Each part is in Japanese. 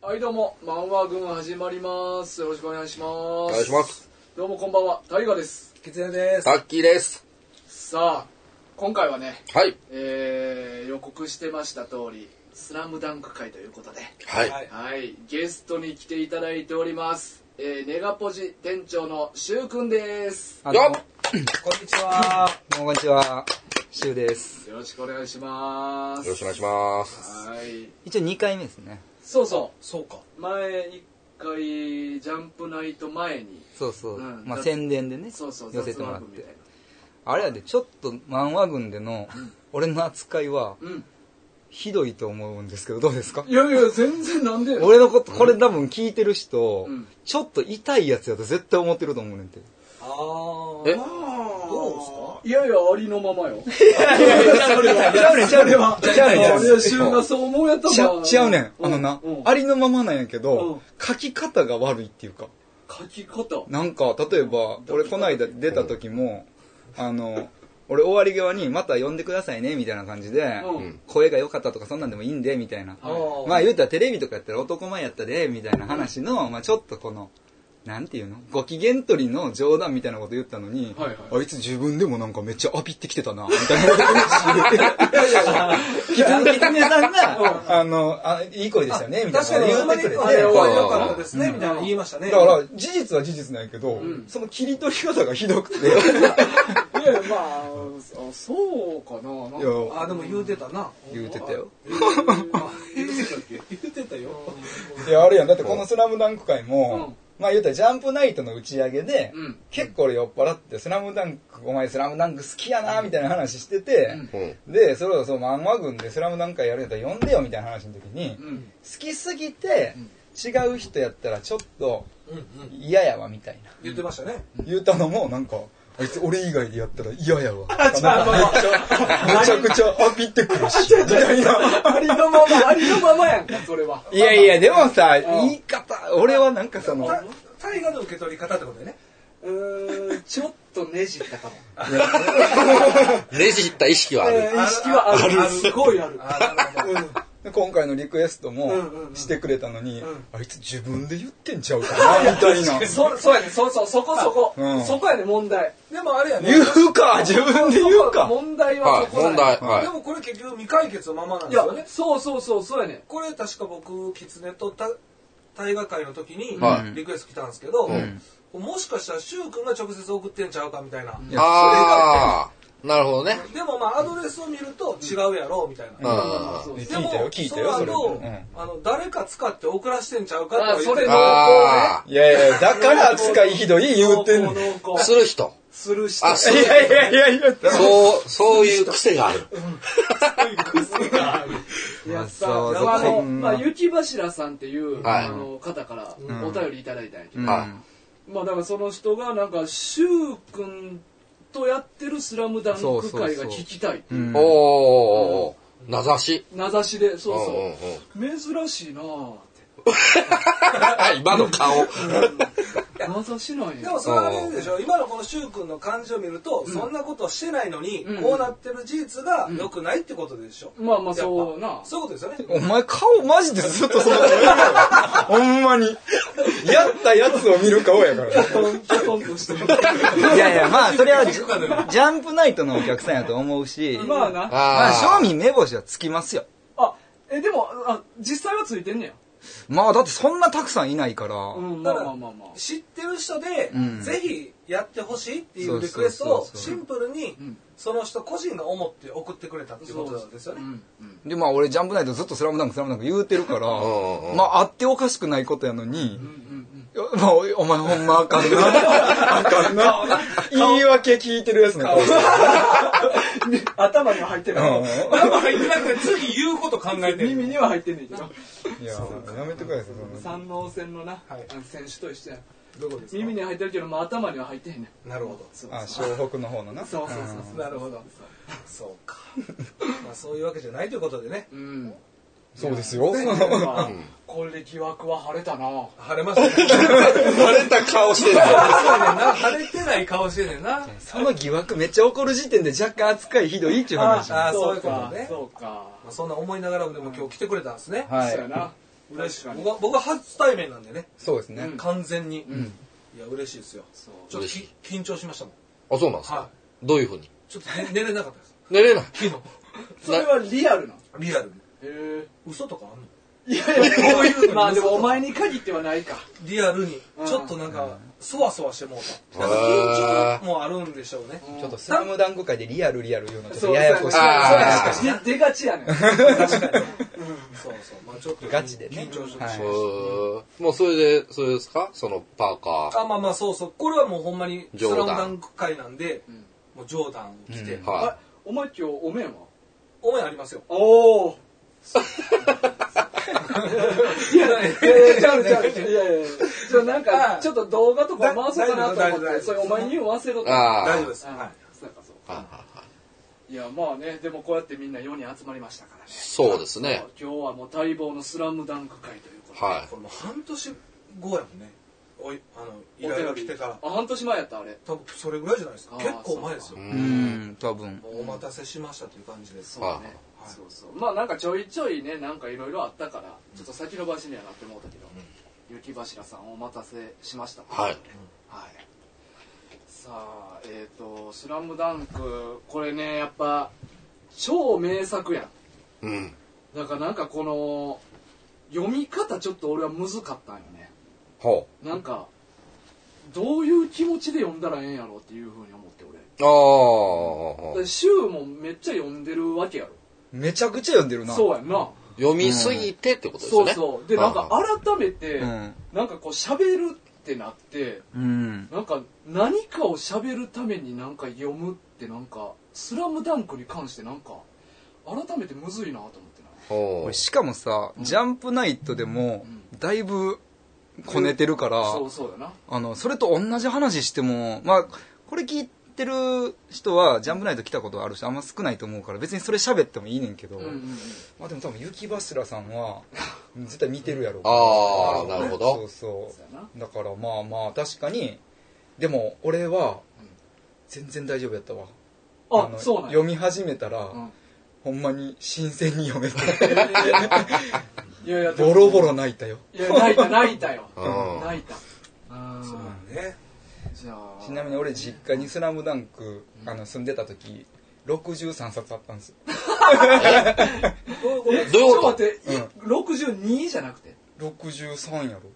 はいどうもマンワ軍始まりますよろしくお願いしますおお願いします。どうもこんばんはタイガですきつねです。タッキーです。さあ今回はね、はい。えー、予告してました通りスラムダンク会ということではい。はいはいゲストに来ていただいておりますえー、ネガポジ店長のしゅうくんですあのよっこんにちは。どうもこんにちは。しゅうです。よろしくお願いしますよろしくお願いします。はい一応2回目ですね。そうそそうか。う前一回ジャンプナイト前にそうそう。うんまあ宣伝でね、そうそう寄せてもら雑っ談部みてたい。あれやで、ちょっと漫画群での、俺の扱いは、なうんひどいと思うんですけど、どうですかいやいや全然なんで俺のこと、これ多分聞いてる人、うんちょっと痛いやつやと絶対思ってると思うねんて。ああえどうですかいや いや、ありのままよ。ちゃうねん、ちゃうねん。ちゃうねん、ちゃういねんや、旬がそう思うやったちゃう。ちゃうねん。んあのなう、んありのままなんやけうんど、書き方が悪いっていうか。書き方。なんか、例えば、俺こないだ出た時も、あの、俺終わり際にまた呼んでくださいね、みたいな感じで、うん声が良かったとかそんなんでもいいんで、みたいな。ーまあ言うたらテレビとかやったら男前やったで、みたいな話の、まあちょっとこの、なんていうのご機嫌取りの冗談みたいなこと言ったのに、はいあいつ自分でもなんかめっちゃアピってきてたな、みたいなこと言って。き つねさんが、あの、あ、いい声でしたよね、みたいな確かこと言に、あってまりくれて。あれ終わり良かったですね、みたいな言いましたね。だから、事実は事実なんやけど、んその切り取り方がひどくて。いいやいや、まあ、あそうかな。なんかや、あ、でも言うてたな。言うてたよ。言うてたっけ言うてたよ。いや、あれやん。だってこのスラムダンク会うんも、まあ言うたらジャンプナイトの打ち上げで、うん結構俺酔っ払って、スラムダンク、お前スラムダンク好きやな、みたいな話してて、うん。で、それをそう、漫画軍でスラムダンク会やるんやったら呼んでよ、みたいな話の時に、う好ん。きすぎて、違う人やったらちょっとうんうん。嫌やわ、みたいな。言ってましたね。言うたのも、なんか、あいつ俺以外でやったら嫌やわ。あ、違う、あのまめちゃくちゃアピってくるし。ま。ありのまま、ありのままやん。それは。いやいや、でもさ、ん言い方、俺はなんかその、た大河の受け取り方ってことだよね。うーん、ちょっとねじったかも。レジった意識はある。意識はある。すごいある。あ、なるほど。今回のリクエストもんうんうんしてくれたのに、あいつ自分で言ってんちゃうかな、みたいな。そ、そうやね。そうそう、そこそこうん。そこやね、問題。でもあれやね。言うか自分で言うか問題はそはい。こだ問ね題。ではもこれ結局未解決のままなんいですよやね、。そうそうそう、そうやね。これ確か僕、キツネとた大河会の時にはリクエスト来たんですけど、もしかしたらシュウ君が直接送ってんちゃうかみたいな。いい。やそれがああ。なるほどね。でもまあアドレスを見ると違うやろみたいうんな。。そうねで聞いもたよ聞いたよその後それうんあの誰か使って送らしてんちゃうかあとか言そってれる濃あいやいや、だから扱いひどい言うてんの。い濃あ。厚する人。する人。あ、する。やいやいやいや、そう、そういう癖がある。いやさ、そうでもあその、うまあ、雪柱さんっていう、はいあの方からお便りいただいたんやけど、はまあだからその人がなんか、シュウ君とやってるスラムダンそうクそうそう会が聞きたいっていう。い。んおーおーおー。名指し。名指しで、そうそう。んんん珍しいなぁっ今の顔。て。名指しなんでやも。それはあれでしょ今のこのシュウ君の感じを見ると、そんなことはしてないのに、うんこうなってる事実が良くないってことでしょ、まあまあそうな。そういうことですよねお前顔マジでずっとその顔やからほんまに。やったやつを見る顔やから。トントンとしてる。いやいや、まあそれはジャンプナイトのお客さんやと思うし、まあな。まああ賞味目星はつきますよ。あ、え、でも、あ実際はついてんねや。まあだってそんなたくさんいないから、うん、まあまあまあまあ。知ってる人で、うんぜひやってほしいっていうリクエストをそうそうそうそシうンプルにんその人個人が思って送ってくれたっていうことなんですようね、ん。うんで、まあ俺ジャンプナイトずっとスラムダンクスラムダンク言うてるから、んうんうんまああっておかしくないことやのに、うんうんまあお前ほんまあかんな。あかんな。言い訳聞いてるやつね。こうん。 頭には入ってうない。頭入ってなくて次言うこと考えて 耳るには入ってんねんけど。んいや、やめてください、そんな三能戦のな、はいあの選手と一緒やどこですか耳には入ってるけど、まあ、頭には入ってへんねんなるほどそうあ、そう湘北の方のな。そうそううんそうなるほどそうか まあそういうわけじゃないということでねうんそうですよ。まあこれで疑惑は晴れたな晴れまし たね割れた顔してる。そうやねんな晴れてない顔してんねんなその疑惑めっちゃ怒る時点で若干扱いひどいっていう話。あーそういうことねそうかまあ、そんな思いながらもでも今日来てくれたんですね。はそうやい。な嬉しい確かに僕は僕は初対面なんでねそうですね。うん完全に、んいや嬉しいですよそうちょっと嬉しき緊張しましたもんあ、そうなんですか、はどういうふうにいちょっと寝寝れなかったです寝れない。昨日それはリアルなリアルにへ嘘とかあんのえいやいやこういうまあでも嘘お前に限ってはないかリアルにうんちょっとなんかそわそわしてもうたへなーんか緊張もあるんでしょうねちょっとスラムダンク界でリアルリアル言うのちょっそうとややこしい。そうやあなーそうやなで出がちやねん 確かにそうそうまあちょっとガチでね緊張しはまいしへーもうそれで、それですかそのパーカたあまあまあそうそうこれはもうほんまにス冗談ラムダンク会なんでもうジョーダンを着てうんー。はあお前今日おめんは応援ありますよおおいやいやいやちゃうちゃういやいやいやちょなんかあちょっと動画とか回そうかなと大丈思夫大丈夫大っ丈て夫それお前に言わせろとい。ああ。大丈夫ですうんはいそうかそうかはいはいはいいやまあねでもこうやってみんな世に集まりましたからねそうですね。今日はもう待望の「スラムダンク会ということで、はこれもう半年後やもんねおいあの依お手頼が紙来てからあ半年前やったあれ多分それぐらいじゃないですかあー結構前ですい。う。よもうんん、多分。うお待たせしましたという感じですそうね、はいはいそうそうまあなんかちょいちょいねなんかいろいろあったからちょっと先延ばしにはなってもうたけど、雪柱さんお待たせしましたはいはいさあえっ、と「スラムダンクこれねやっぱ超名作やんうん。だからなんかこの読み方ちょっと俺は難かったんよねほなんかどういう気持ちで読んだらええんやろうっていうふうに思って俺う。ああ。だってシュウもめっちゃ読んでるわけやろめちゃくちゃ読んでるな。そうやんな読みすぎてってことですそね。うそうでなんかあ改めてうん。なんかこう喋るってなってうん。なんか何かを喋るためになんか読むってなんか「スラムダンクに関してなんか改めてむずいなと思ってなほこうれ。しかもさ、ジャンプナイトでも、だいぶ、こねてるから、そうそうやなあの、それと同じ話しても、まあ、これ聞いてる人は、ジャンプナイト来たことある人あんま少ないと思うから、別にそれ喋ってもいいねんけど、うんうんうんまあでも多分、雪柱さ んは、絶対見てるやろうからああ、なるほそどう。そそうやなう。だからまあまあ、確かに、でも俺はうん、全然大丈夫やったわ。あのそうなんや読み始めたら、うんほんまに新鮮に読めた。 いやいやでもボロボロ泣いたよ。いや泣いた泣いたよ うん泣いたうんそうだねじゃあちなみに俺実家にスラムダンク、あの、住んでた時、63冊あったんですよ。どういうことえどういうことちょっと待って、62じゃなくて63やろ。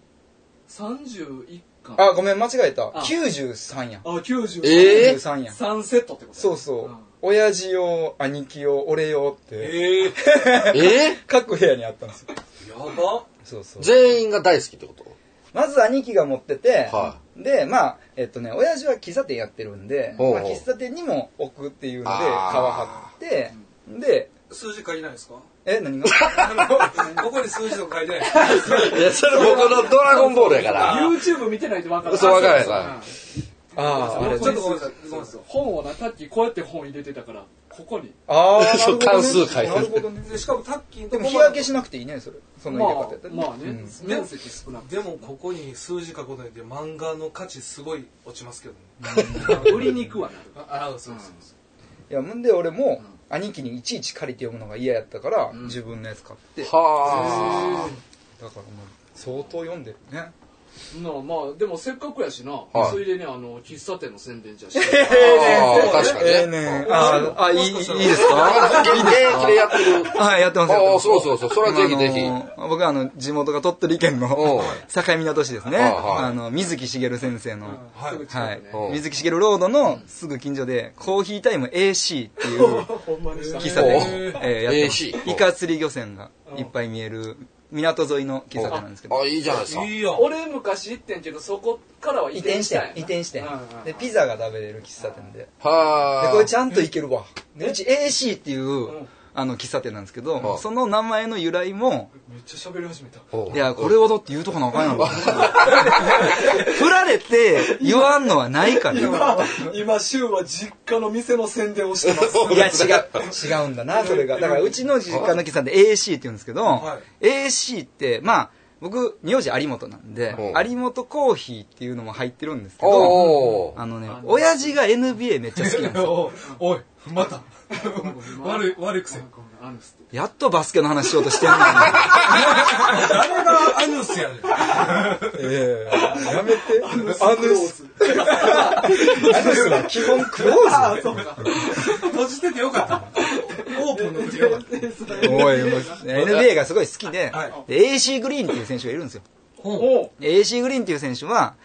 31巻あ、ごめん、間違えた。あ93や。あ90えー93や。 3セットってことそうそう。ん親父用、兄貴用、俺用って、えええ各部屋にあったんですよ。やばそうそう。全員が大好きってことまず兄貴が持ってて、はで、まあ、えっとね、親父は喫茶店やってるんで、ほうほうまあ、喫茶店にも置くっていうので、皮あー貼って、で、数字書いてないですかえ、何 がここに数字とか書いてないいや、それ僕のドラゴンボールやから。 YouTube 見てないと分からそう分からへんああー、あれちょっとごめんなさいごめんそなうさそいう本をなさっきこうやって本入れてたからここにあ ー、そうなる関ほどね数書いてるなるほどね。でしかもタッキーのでともこ日焼けしななくていいね、それ。そのま入れ方やったあらね。まあね、うん面積少なくてでもここに数字書くことによって漫画の価値すごい落ちますけどね売りに行くわなああそうそうそいや、んで俺も、兄貴にいちいち借りて読むのが嫌やったから、自分のやつ買って。だかはらもう、相当読んでるね。なあまあでもせっかくやしな、はいそれでねあの喫茶店の宣伝じゃしあ。ああ、確かにええね。ねあああ、いい、いいですかあ、元気でやってる。 はい、やってますあよ。あ、そうそうそう。それはぜひぜひ。あのー僕はあの、地元が鳥取県おうの 境港市ですね。あはいあの、水木しげる先生の、はいすぐ近くはねい、おう水木しげるロードのすぐ近所で、コーヒータイム AC ってい うほんまにした喫茶店おう、えーやってます AC イカ釣り漁船がいっぱい見える、港沿いの喫茶店なんですけどあ、。いいじゃないですかう。いいよ俺昔行ってんけどそこからは移移転転ししてんてやな移転してうんうんでピザが食べれる喫茶店でではあ。これちゃんと行けるわでうち AC っていうんうあの喫茶店なんですけはどいその名前の由来もめっちゃ喋り始めたおういやこれをだって言うとこなあかん やろ振られて言わんのはないからいや今柊は実家の店の宣伝をしてます違う違うんだなそれがだからうちの実家の喫茶店 AC って言うんですけどは AC ってまあ僕、名字有本なんでお、う有本コーヒーっていうのも入ってるんですけど、おあー。のねあ、の親父が NBA めっちゃ好きなんです よ。お おい、また。悪い、悪い癖。アヌスってやっとバスケの話しようとしてるのに。 誰がアヌスやねん。ええやめて。あの、あの人は基本クローズ。閉じててよかった。オープンの時よかった。おい、もう NBA がすごい好きではい、で AC グリーンっていう選手がいるんですよ。おうで AC グリーンっていう選手は、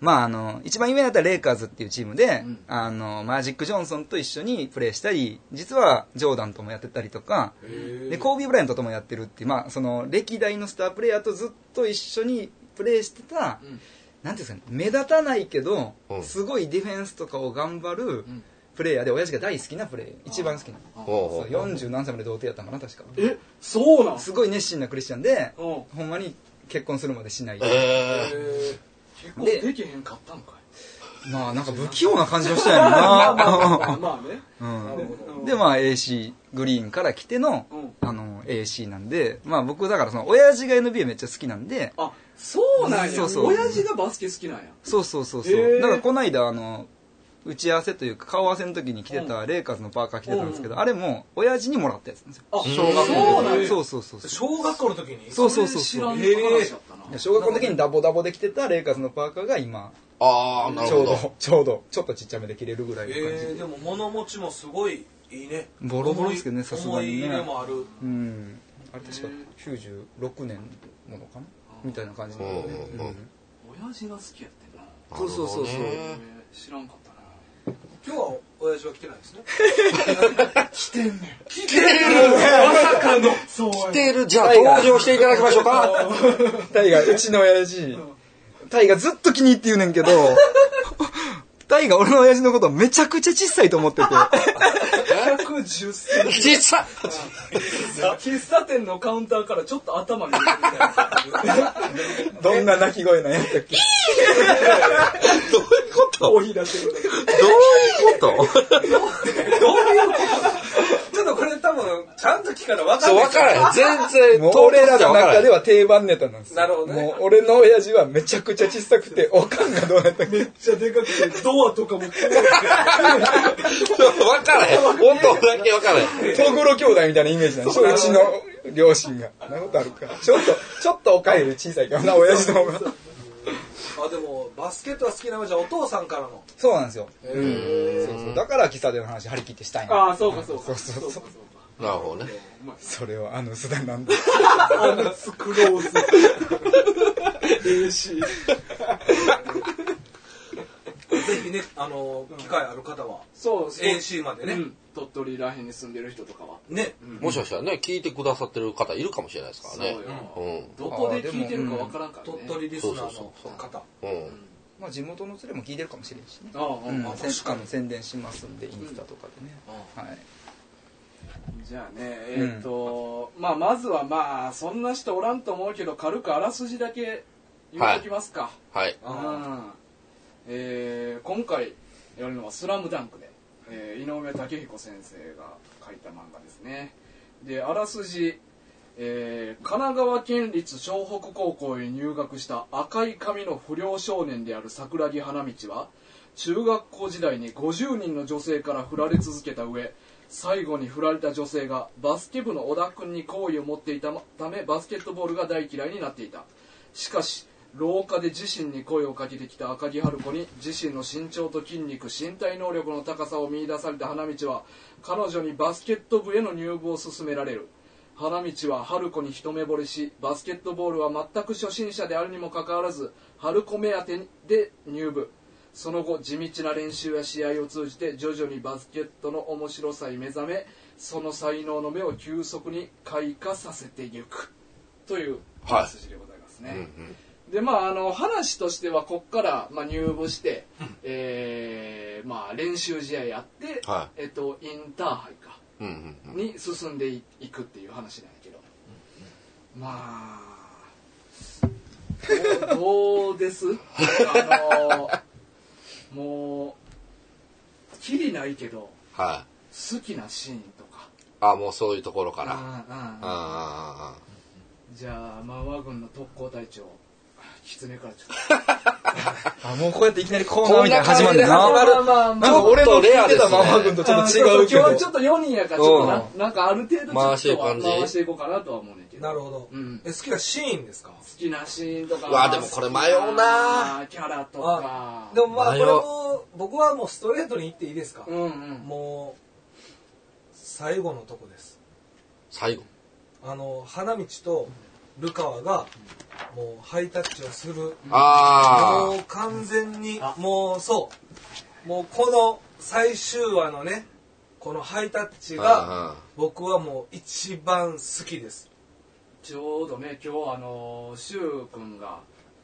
まあ、あの、一番有名だったレイカーズっていうチームで、うんあの、マジック・ジョンソンと一緒にプレーしたり、実はジョーダンともやってたりとか、で、コービー・ブライアントともやってるっていう、まあ、その、歴代のスタープレイヤーとずっと一緒にプレーしてた、うんなんていうんですかね、目立たないけど、うんすごいディフェンスとかを頑張るんプレイヤーで、親父が大好きなプレイヤー、一番好きな。おそうう40何歳まで童貞やったんかな、確か。えそうなんすごい熱心なクリスチャンで、うんほんまに結婚するまでしない。ええー結構でできへんかったんかいまあなんか不器用な感じがしたやん まあな。まあねうんでまあ AC グリーンから来てのうんあの AC なんでまあ僕だからその親父が NBA めっちゃ好きなんであそうなんやそうそう親父がバスケ好きなんやそうそうそうそへうえだからこの間あの打ち合わせというか顔合わせの時に着てたレイカーズのパーカー着てたんですけうどあれも親父にもらったやつなんですよあ小学校のそ時うなんやそうそうそうそう小学校の時にそうそうれ知そうらんへー話だったないや小学校の時にダボダボで着てたレイカーズのパーカーが今ああ、なるちょほうど。どちょうどちょっとちっちゃめで着れるぐらいの感じえー、でも物持ちもすごいいいねボロボロですけどねさすがにね思い入れもあるうん、あれ確か96年ものかなみたいな感じなので、うんうんうん親父が好きやってんなそうそうそうそうなるほどえねー知らんかったな今日は親父は来てないですね来てんねん来てるそう来てる、じゃあ登場していただきましょうか。タイがうちの親父タイがずっと気に入って言うねんけど タイが俺の親父のことめちゃくちゃ小さいと思ってて110センチちっさ喫茶店のカウンターからちょっと頭見えるみたいな どんな鳴き声なんやったっけどういうことコーヒー出してるんだけどどういうことちょっとこれ多分ちゃんと聞かな分かそんう、わないからん。全然、もう東俺レらじゃのわから中んで。は定番ネタなんですよなるほどねもう俺の親父はめちゃくちゃ小さくておかんがどうなったっけめっちゃでかくてドアとかもこわからへん。本当だけわからへん。トグロ兄弟みたいなイメージなんでしょうちの両親がそんなことあるかちょっとちょっとおかえり小さいけどな親父の方があでもバスケットは好きなのじゃあお父さんからのそうなんですよ。そうそうだから喫茶店の話張り切ってしたいうあな。あそうかそうかそうそうそうかそうかなるほどね。それはあの須田なんで。アヌスクローズ AC ぜひねあの機会ある方はそうそう AC までね、うん鳥取らへんに住んでる人とかはねもしかしたらね、聞いてくださってる方いるかもしれないですからねそう。うよん。どこで聞いてるかわからんから鳥ね取リスナーの方そうそうそううん。まあ地元の連れも聞いてるかもしれんしね。ああああうん、ああ選手間の宣伝しますんで、インスタとかでね。はい。じゃあねえっ、と、まあまずはまあそんな人おらんと思うけど軽くあらすじだけ言っときますか、はい。あうんえー今回やるのは「スラムダンクで、えー井上武彦先生が書いた漫画ですねであらすじ、えー神奈川県立湘北高校へ入学した赤い髪の不良少年である桜木花道は中学校時代に50人の女性から振られ続けた上最後に振られた女性がバスケ部の小田君に好意を持っていたためバスケットボールが大嫌いになっていたしかし廊下で自身に声をかけてきた赤木春子に自身の身長と筋肉身体能力の高さを見出された花道は彼女にバスケット部への入部を勧められる花道は春子に一目惚れしバスケットボールは全く初心者であるにもかかわらず春子目当てで入部その後地道な練習や試合を通じて徐々にバスケットの面白さに目覚めその才能の目を急速に開花させていくというはい筋でございますね、うんうん。でまああの話としてはこっから、まあ、入部して、えーまあ、練習試合やって、はえっと、インターハイかうんうんうん。に進んでいいくっていう話なんやけど、まあどうどうです あのもうきりないけどはい。好きなシーンとかあ、もうそういうところから。あうんうんあじゃあ漫画軍の特攻隊長狐からちょっとあ、もうこうやっていきなりコーナーみたいなの始まるんだこんなな。感じで始まあなんか俺の聞いてたママ君とちょっと違うけあーちょっと今日はちょど。っと4人やからちょっとな,、ん、なんかある程度ちょっとは回していく感じ回していこうかなとは思うねんけどなる好ほど、うんえ好きなシーンですかきなシーンとかうわでもこれ迷うなキャラとかでもまあこ迷れうも僕はもうストレートに言っていいですか、うんうんもう最後のとこです最後。あの花道とルカワがもうハイタッチをするもあう完全にあもうそうもうこの最終話のねこのハイタッチあ。があ僕はもう一番好きですちょうどね今日あのしゅうくんが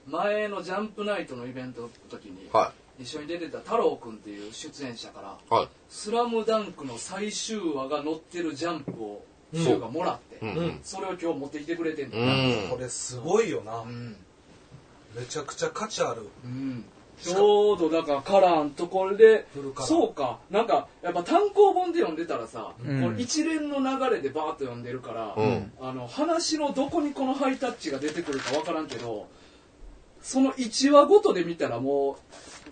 前のジャンプナイトのイベントの時にあは一緒に出てた太郎くんっていう出演者からい。は「スラムダンクの最終話が載ってるジャンプをしゅうがもらって、い。うん。それを今日持ってきてくれてんうのんこ。れすごいよなうんめちゃくちゃ価値あるうんちょうどだからカラーのところでフルカラーそうかなんかやっぱ単行本で読んでたらさ、うんこれ一連の流れでバーッと読んでるから、うんあの話のどこにこのハイタッチが出てくるかわからんけどその1話ごとで見たらも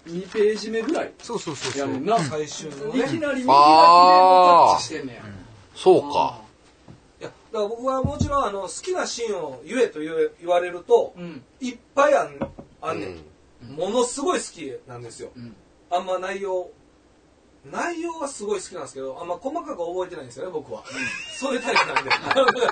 う2ページ目ぐらいそうそうそうやねんな、い最終のねきなり右がきれいにタッチしてんねやそうか。いやだから僕はもちろんあの好きなシーンを言えと言え言われると、うんいっぱいあんあうんねん、ん。ものすごい好きなんですようんあんま内容内容はすごい好きなんですけどあんま細かく覚えてないんですよね僕は、そういうタイプなんで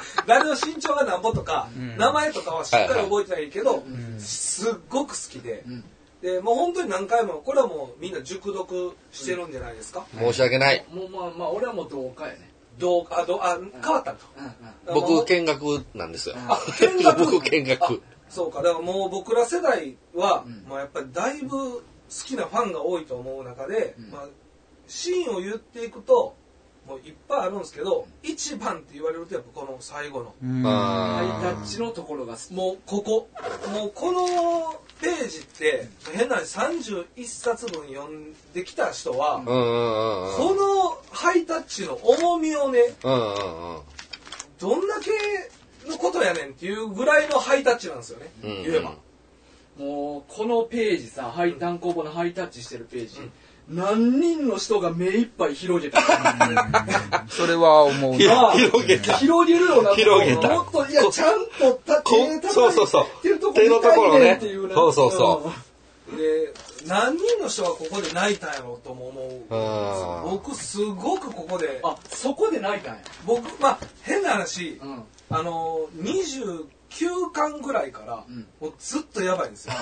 誰の身長がなんぼとか、ん名前とかはしっかり覚えてないけど、んすっごく好きでうんでもう本当に何回もこれはもうみんな熟読してるんじゃないですか、申し訳ない。もうまあまあ俺はもう同化やね、どうあどうあ変わったのかうんうん僕、見学なんですよ。ああ見 学僕、見学。そうかだからもう僕ら世代は、うんまあ、やっぱりだいぶ好きなファンが多いと思う中で、うんまあ、シーンを言っていくともういっぱいあるんですけど、一番って言われるとやっぱこの最後のうんハイあタッチのところが好きもうここもうこのページって変な話31冊分読んできた人は、あ。うんうんうんこのハイタッチの重みをねうん。うんうんうん。どんだけのことやねんっていうぐらいのハイタッチなんですよね、うんうん言えば。もうこのページさハイ単行本のハイタッチしてるページ、何人の人が目いっぱい広げたそれは思うひな。ろ広げた。広げるよな広げたもっといやちゃんとたこ手叩そうそうそういてるとこ手の見とこたろいねんねっていうなそうそうそで何人の人がここで泣いたんやろうとも思うあー僕すごくここであそこで泣いたんや僕まあ変な話うんあの29巻ぐらいからんもうずっとやばいんですよ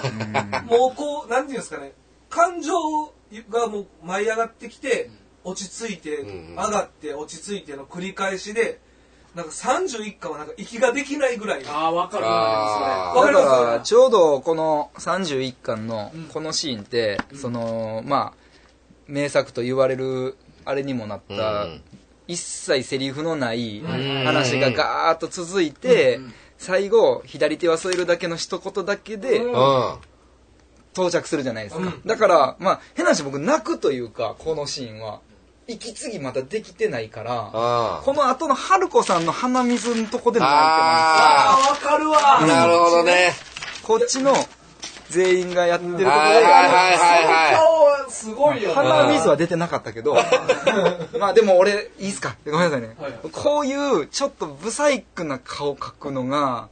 もうこうなんていうんですかね感情がもう舞い上がってきて落ち着いてうんうん上がって落ち着いての繰り返しでなんか31巻はなんか息ができないぐらいのあー分かるあわーでだもかそれわら、ちょうどこの31巻のこのシーンって、その、まあ、名作と言われる、あれにもなった、うん一切セリフのないん話がガーッと続いて、最後、左手は添えるだけの一言だけでうんうん。到着するじゃないですか。うんだから、まあ、変な話僕泣くというか、このシーンは、息継ぎまだできてないから、あこの後の春子さんの鼻水のとこでも泣いてます。ああー分かるわあ。なるほどね。こっちの全員がやってるところで、はいはいはいは顔すごいよな鼻水は出てなかったけど、まあでも俺、いいっすかごめんなさいねはいはい。こういうちょっとブサイクな顔描くのが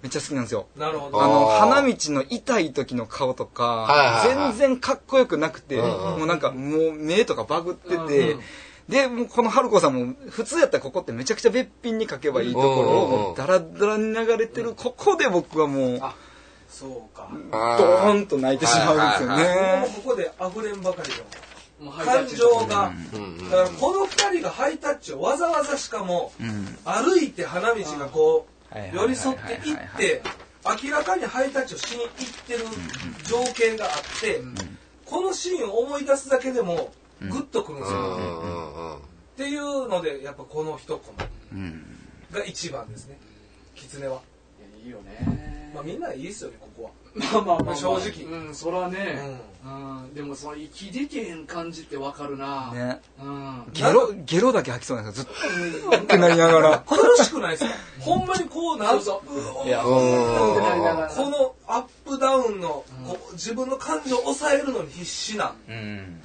めっちゃ好きなんですよ。なるほあどの、あー花道の痛い時の顔とかは、いはいはい全然かっこよくなくて、うんもうなんかもう目とかバグってうてん、で、もうこの春子さんも、普通やったらここってめちゃくちゃべっぴんに描けばいいところを、うんうんうんもうダラダラに流れてる、ここで僕はもう、あそうかい。ドあーンと泣いてしまうんですよはいもうね。ここで溢れんばかりのもうハイタッ感チのとこ情が、ーうんうんだからこの2人がハイタッチをわざわざしかもうん歩いて花道がこはいはいう寄り添っていって明らかにハイタッチをしに行ってる条件があってこのシーンを思い出すだけでもグッとくるんですうよんうんうんうん。っていうのでやっぱこの一コマうんが一番ですね狐は。いいよねまあみんないいっすよねこ こはまあまあまあ正直うんそらねうんでもその息できへん感じってわかるなねうんゲロ、ゲロだけ吐きそうなんですよ、ずっと。ってなりながら。苦しくないですかほんまにこうなそうるそううおいやうんってなりながらこのアップダウンのこう自分の感情を抑えるのに必死なうん。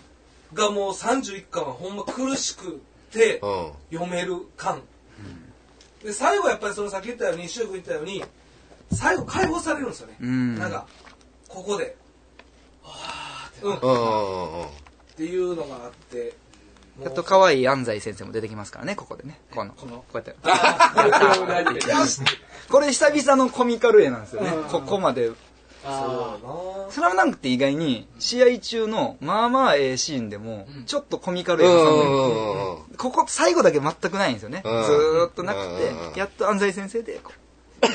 がもう31巻はほんま苦しくてうん。読める感、で最後やっぱりそのさっき言ったように柊君言ったように最後解放されるんですよね、うんなんかここでうんっうんうんうん。ていうのがあってもうやっと可愛い安西先生も出てきますからね、ここでね。この、このこうやって。これ久々のコミカル絵なんですよねうん。ここまで。あースラムダンクって意外に、試合中の、まあまあええシーンでもうん、ちょっとコミカルう絵んがう挟んでるんうんうん。ここ最後だけ全くないんですよね。ずうんーっとなうんくて、やっと安西先生で、こ う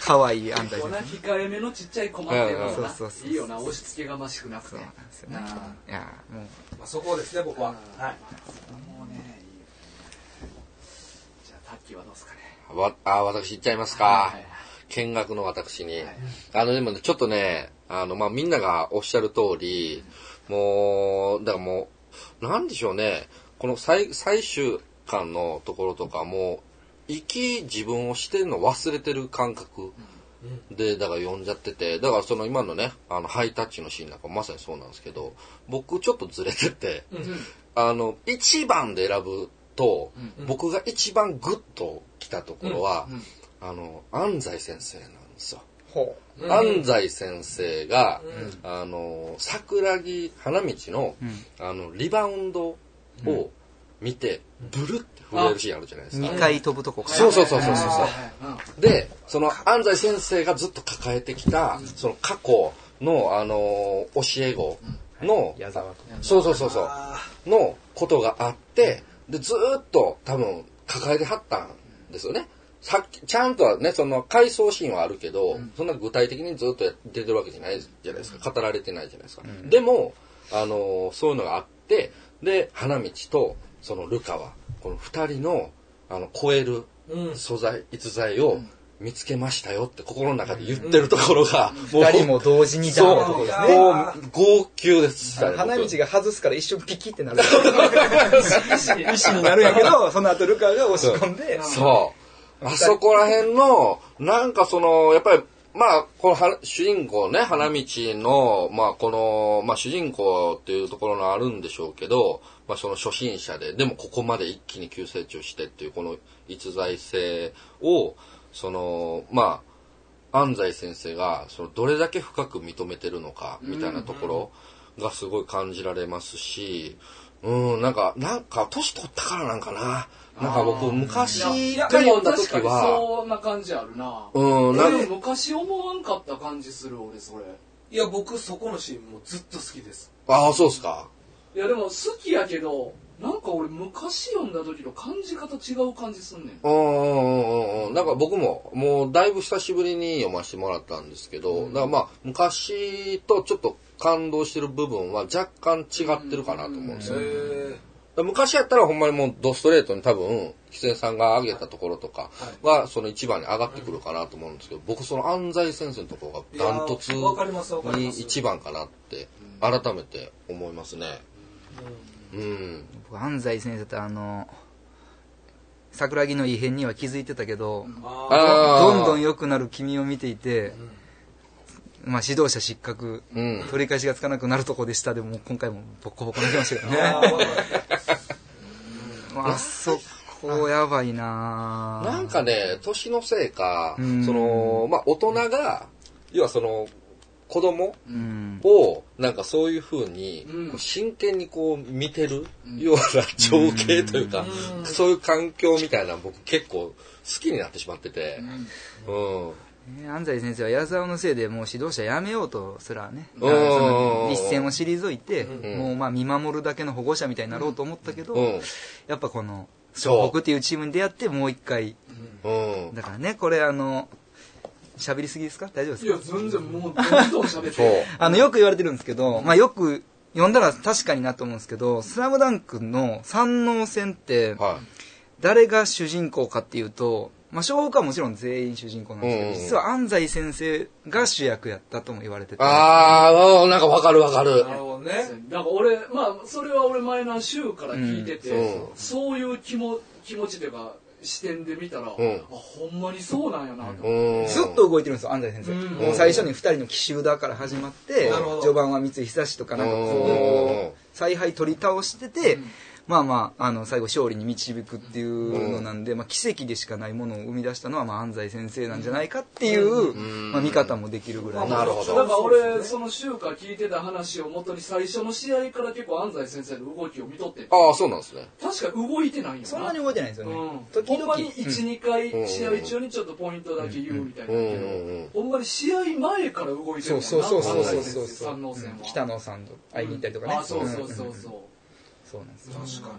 可愛い安西先こんな生。控えめのちっちゃいコマっていうのうんがそうそうそうそういいよな押し付けがましくなくてそうなんですよね。いやーもう、まあ、そこですね僕は、うんはいもうねいいよねじゃあタッキーはどうですかねわ、あ、私行っちゃいますはかい。見学の私にはい。あの、でもね、ちょっとね、あの、まあ、みんながおっしゃる通り、もう、だからもう、なんでしょうね、この最、最終巻のところとかも、生き自分をしてるの忘れてる感覚で、だから読んじゃってて、だからその今のね、あの、ハイタッチのシーンなんかまさにそうなんですけど、僕ちょっとずれてて、あの、一番で選ぶと、う僕が一番グッと来たところは、うんうんあの、安西先生なんですよ。ほう。うん安西先生が、うあの、桜木花道の、あの、リバウンドを見て、ブルって震えるシーンあるじゃないですか。 2回飛ぶとこからそうそうそうそうそうはいはいはいで、その安西先生がずっと抱えてきた、その過去の、あの、教え子の、矢沢君そうそうそうそう。あのことがあって、で、ずーっと多分抱えてはったんですよね。さっき、ちゃんとはね、その回想シーンはあるけど、そんな具体的にずっとや出てるわけじゃないじゃないですか。語られてないじゃないですか。でも、あのーそういうのがあって、で、花道とそのルカは、この二人の、あの、超えるーうん素材、逸材を見つけましたよって心の中で言ってるところが、もう二人も同時にダそメうなとこですね。もう号泣です。あの花道が外すから一瞬ピキってなる。意志になるんやけど、その後ルカが押し込んで、そう。あそこら辺の、なんかその、やっぱり、まあ、このは主人公ね、花道の、まあ、この、まあ、主人公っていうところがあるんでしょうけど、まあ、その初心者で、でもここまで一気に急成長してっていう、この逸材性を、その、まあ、安西先生が、その、どれだけ深く認めてるのか、みたいなところがすごい感じられますし、うん、なんか、なんか、年取ったからなんかな。なんか僕、昔いやで一回読もんだ確時かには、そんな感じあるなうん、な俺ん昔思わんかった感じする俺それいや僕そこのシーンもうずっと好きですああ、そうっすか。いやでも好きやけどなんか俺昔読んだ時と感じ方違う感じすんねんうんうんうんうん。なんか僕も、もうだいぶ久しぶりに読ませてもらったんですけど、だからまあ、昔とちょっと感動してる部分は若干違ってるかなと思うんですよ。だかえら昔やったらほんまにもうドストレートに多分、キツネさんが挙げたところとかは、その一番に上がってくるかなと思うんですけど、僕その安西先生のところがダントツいやわかりますわかりにます一番かなって、改めて思いますね。うん。僕安西先生とあの、桜木の異変には気づいてたけど、あーあーどんどん良くなる君を見ていて、まあ指導者失格、うん。取り返しがつかなくなるとこでしたでも今回もボッコボコにきましたけどね。あーわかるまああそこやばいなぁなんかね、年のせいか、そうんの、まあ、大人が、要はその、子供うん。を、なんかそういう風にうん、こう真剣にこう見てるような情景というか、そういう環境みたいなの僕結構好きになってしまってて、うん。ね安西先生は矢沢のせいでもう指導者辞めようとすらね、うんその一線を退いて、んもうまあ見守るだけの保護者みたいになろうと思ったけど、うん。やっぱこの、そ僕っていうチームに出会ってもう一回、う。うん。だからね、これあの、喋りすぎですか大丈夫ですいかや全然もうどんどん喋っそう。てあの、よく言われてるんですけど、まあよく読んだら確かになと思うんですけど、スラムダンクの三能戦って、は誰が主人公かっていうと、まあ、小北はもちろん全員主人公なんですけうど、んうん実は安西先生が主役やったとも言われてて、あー、うんなんかわかるわかる。なるほどね。だから俺まあそれは俺前の週から聞いてて、うんそうそういう気も気持ちというか視点で見たら、うんあほんまにそうなんやなと、うん。ずっと動いてるんですよ安西先生、うんもう最初に2人の奇襲だから始まって、なるほど序盤は三井久志とかなんかうんこう采配取り倒してて、まあまああの最後勝利に導くっていうのなんで、まあ、奇跡でしかないものを生み出したのは、まあ、安西先生なんじゃないかっていう、んまあ、見方もできるぐらいなるほどだからそう俺ですねその週から聞いてた話をもとに最初の試合から結構安西先生の動きを見とってんああ、そうなんですね。確か動いてないよなそんなに動いてないんですよね、うん、時ほん々まに12、うん回試合中にちょっとポイントだけ言うみたいなうんけど、ほうん。んまに試合前から動いてるもんなそうそうそうそうそう安西先生山王戦は、北野さんと会いに行ったりとかね、あそうそうそううんそう、そうなんですよ確か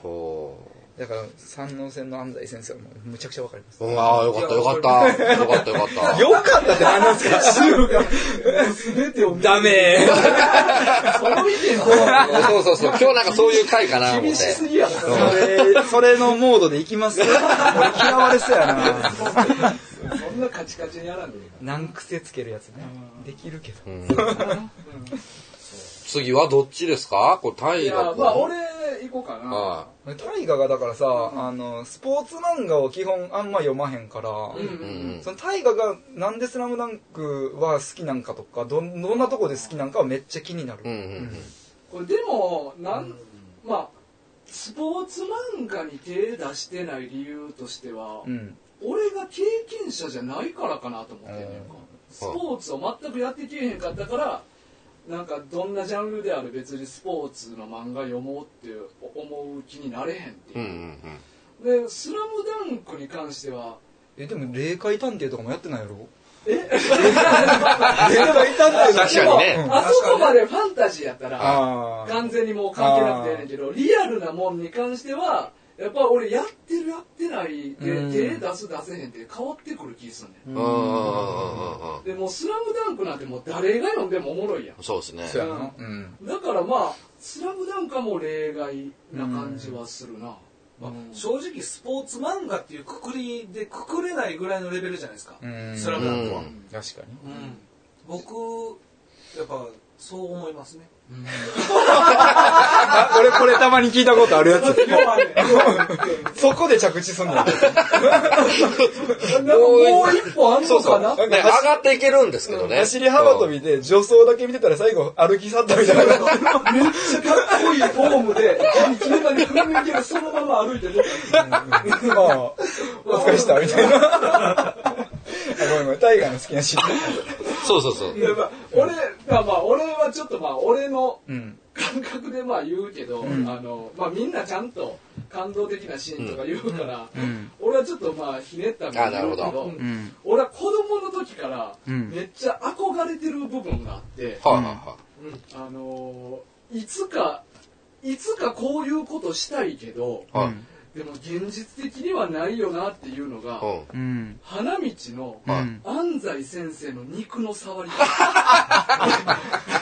そだから山王戦の安西先生はもうむちゃくちゃわかりますう。うん、ああ、よかったよかった。よかったよかった。よかったって話すから 全てを見ダ メその意見そうそうそう。今日なんかそういう回かな、思って。厳しすぎやそれ、それのモードでいきます俺嫌われそうやなろそんなカチカチにやらんでいいか難癖つけるやつね。できるけど。うん次はどっちですかこれ、タらいイやガ君。まあ俺行こうかなはタイガがだからさ、あの、スポーツ漫画を基本あんま読まへんから、うんい。ううんんそのタイガがなんでスラムダンクは好きなんかとか、どん、どんなとこで好きなんかはめっちゃ気になる。うん。うんこれでもなんまあスポーツ漫画に手出してない理由としては、うん。俺が経験者じゃないからかなと思ってんねんかスポーツを全くやってけえへんかったからなんかどんなジャンルである別にスポーツの漫画読もうって思う気になれへんってうん。うんういんうん。う、で「スラムダンクに関してはえ、でも、霊界探偵とかもやってないや ろでも確かにね。あそこまでファンタジーやったらあ完全にもう関係なくてええねんけどリアルなもんに関してはやっぱ俺やってるやってないで、うん手出す出せへんって変わってくる気すんねうんうんうんうんうん。んでもう「スラムダンクなんてもう誰が読んでもおもろいやんそうですね。そうやな。うん。だからまあ「スラムダンクはもう例外な感じはするな、にね。正直、スポーツ漫画っていうくくりでくくれないぐらいのレベルじゃないですか。うんスラムダンクは。うん確かに。うん僕、やっぱ、そう思いますね。あ、俺これたまに聞いたことあるや つ。今日はねそこで着地すんの。なんかもう一本あんそのうそかう。なね、上がっていけるんですけどね。走り幅跳びで助走だけ見てたら最後歩き去ったみたいな。かっこいいフォームで道の中に振り抜けるそのまま歩いてるま あ、お疲れしたみ たいな。あごめんごめん、タイガーの好きなシーン。そうそうそう。でまあ俺まあまあ俺はちょっとまあ俺のうん。感覚でまあ言うけど、あのまあ、みんなちゃんと感動的なシーンとか言うから、ん俺はちょっとまあひねったみたいに言うけあなるどほん俺は子供の時からうんめっちゃ憧れてる部分があって、はいはいはあのーいつかいつかこういうことしたいけどい。はい。でも現実的にはないよなっていうのが、うん。うん。花道のはい安西先生の肉の触りは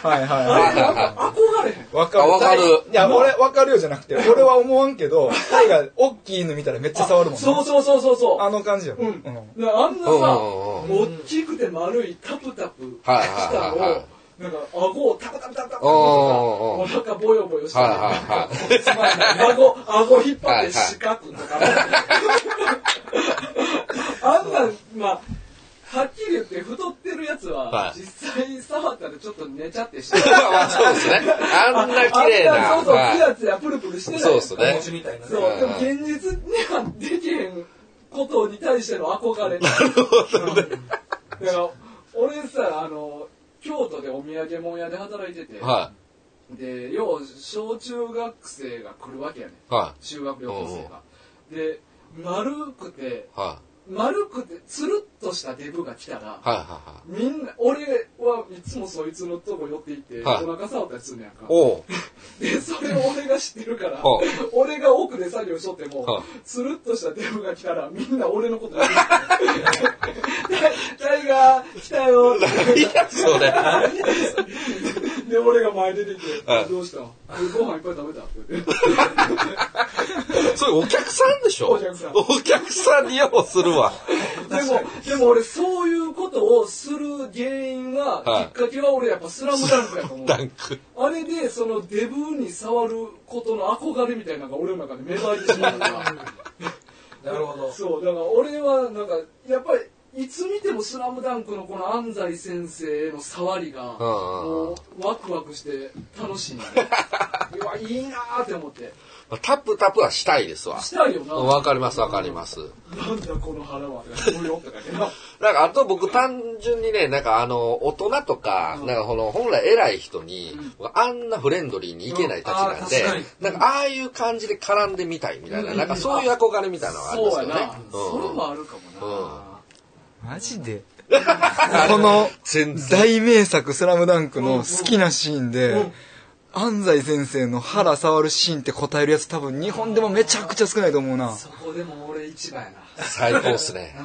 いはいあれなんはか憧れへんい。わかる。あわかるいや、俺、わかるよじゃなくて、俺は思わんけど、タイガー、大きい犬見たらめっちゃ触るもんね。そうそうそうそうそうあの感じよ。うん、うであんなさ、うん大きくて丸いタプタプしはいたのはいはいはをい、なんか、顎をタプタプタプタプとか、おおー腹ボヨボヨして、はい はいはいつまんない顎、顎引っ張って四角とか、あんなん、まあ、はっきり言って太ってるやつはは、い実際触ったらちょっと寝ちゃってしてる。まあそうですね。あんな綺麗な。あんそうそう、はいツヤツヤプルプルしてない。そうっすねお餅みたいなね。そう、でも現実にはできへんことに対しての憧れ。なるほどね。だから、俺さ、あの、京都でお土産物屋で働いてて、はで、よう、小中学生が来るわけやねん。い。はい。中学旅行生が。で、丸くて、は丸くて、つるっとしたデブが来たらい。、はいはいはい。みんな、俺はいつもそいつのとこ寄っていって、はいお腹触ったりするんやんか。おう。で、それを俺が知ってるからはい、俺が奥で作業しとってもはい、つるっとしたデブが来たら、みんな俺のこと言う。 タイタイガー、来たよって。いや、それ。で俺が前出てきてはい「どうしたんご飯いっぱい食べた」って言ってそれお客さんでしょお客さんお客さんにようするわ。でも、でも俺そういうことをする原因は、はいきっかけは俺やっぱスラムダンクやと思う。ダンク。あれで、そのデブに触ることの憧れみたいなのが俺の中で芽生えてしまうから。なるほど。そう、だから俺はなんか、やっぱり、いつ見てもスラムダンクのこの安西先生への触りが、もうワクワクして楽しいんだね。うわ、いいなーって思って。タップタップはしたいですわ。したいよな。わかりますわかります。なんだこの腹は。無料ってだけな。なんかあと僕単純にね、なんかあの、大人とか、なんかこの本来偉い人に、僕あんなフレンドリーにいけないたちなんでうんあー確、なんかああいう感じで絡んでみたいみたいな、なんかそういう憧れみたいなのがありますそうよやねな。。それうんもあるかもな。マジ でこの全然大名作「スラムダンクの好きなシーンで安西先生の腹触るシーンって答えるやつ多分日本でもめちゃくちゃ少ないと思うなそこでも俺一番やな。最高っすね。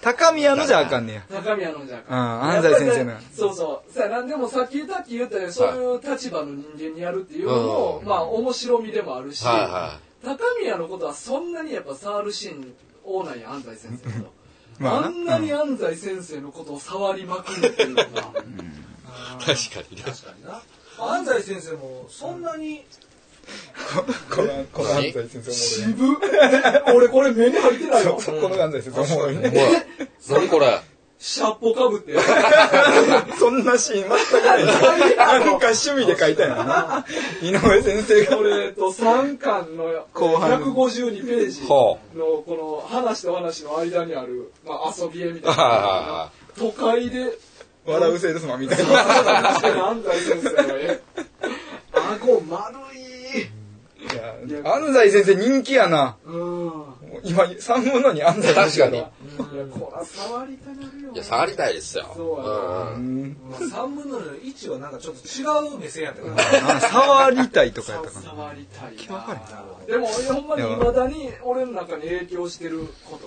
高宮のじゃあかんねや中宮のじゃあかうん安西先生のやっぱりねそうそう。さあ、なんでもさっきさっき言ったように、そういう立場の人間にやるっていうのも、うんまあ、面白みでもあるし、はいは高宮のことはそんなにやっぱ触るシーン多ないやん、安西先生と。まああなんなに安西先生のことを触りまくるっていうのが、い。確かにね。確かにな。安西先生もそんなに、このこの何安西先生渋っ俺これ目に入ってないおもろよい。この安西先生おもろいねほら、何これ。シャッポかぶって。 そんなシーン全くない。なんか趣味で書いたんやな。井上先生が。俺えっと、3巻の後半152ページほのこの話と話の間にある、まあ、遊び絵みたいなは都会で笑うセールスマンみたいな。話してる安西先生の絵顎丸い安西先生人気やな。うんもう今、3分の2安西先確生かやに。いろ。いやこら触りたなるよや、触りたいですよ。そうやなうんうんまあ、3分の1はなんかちょっと違う目線やったから。あ触りたいとかやったかな。触りたいわかるなでもほんまに未だに俺の中に影響してること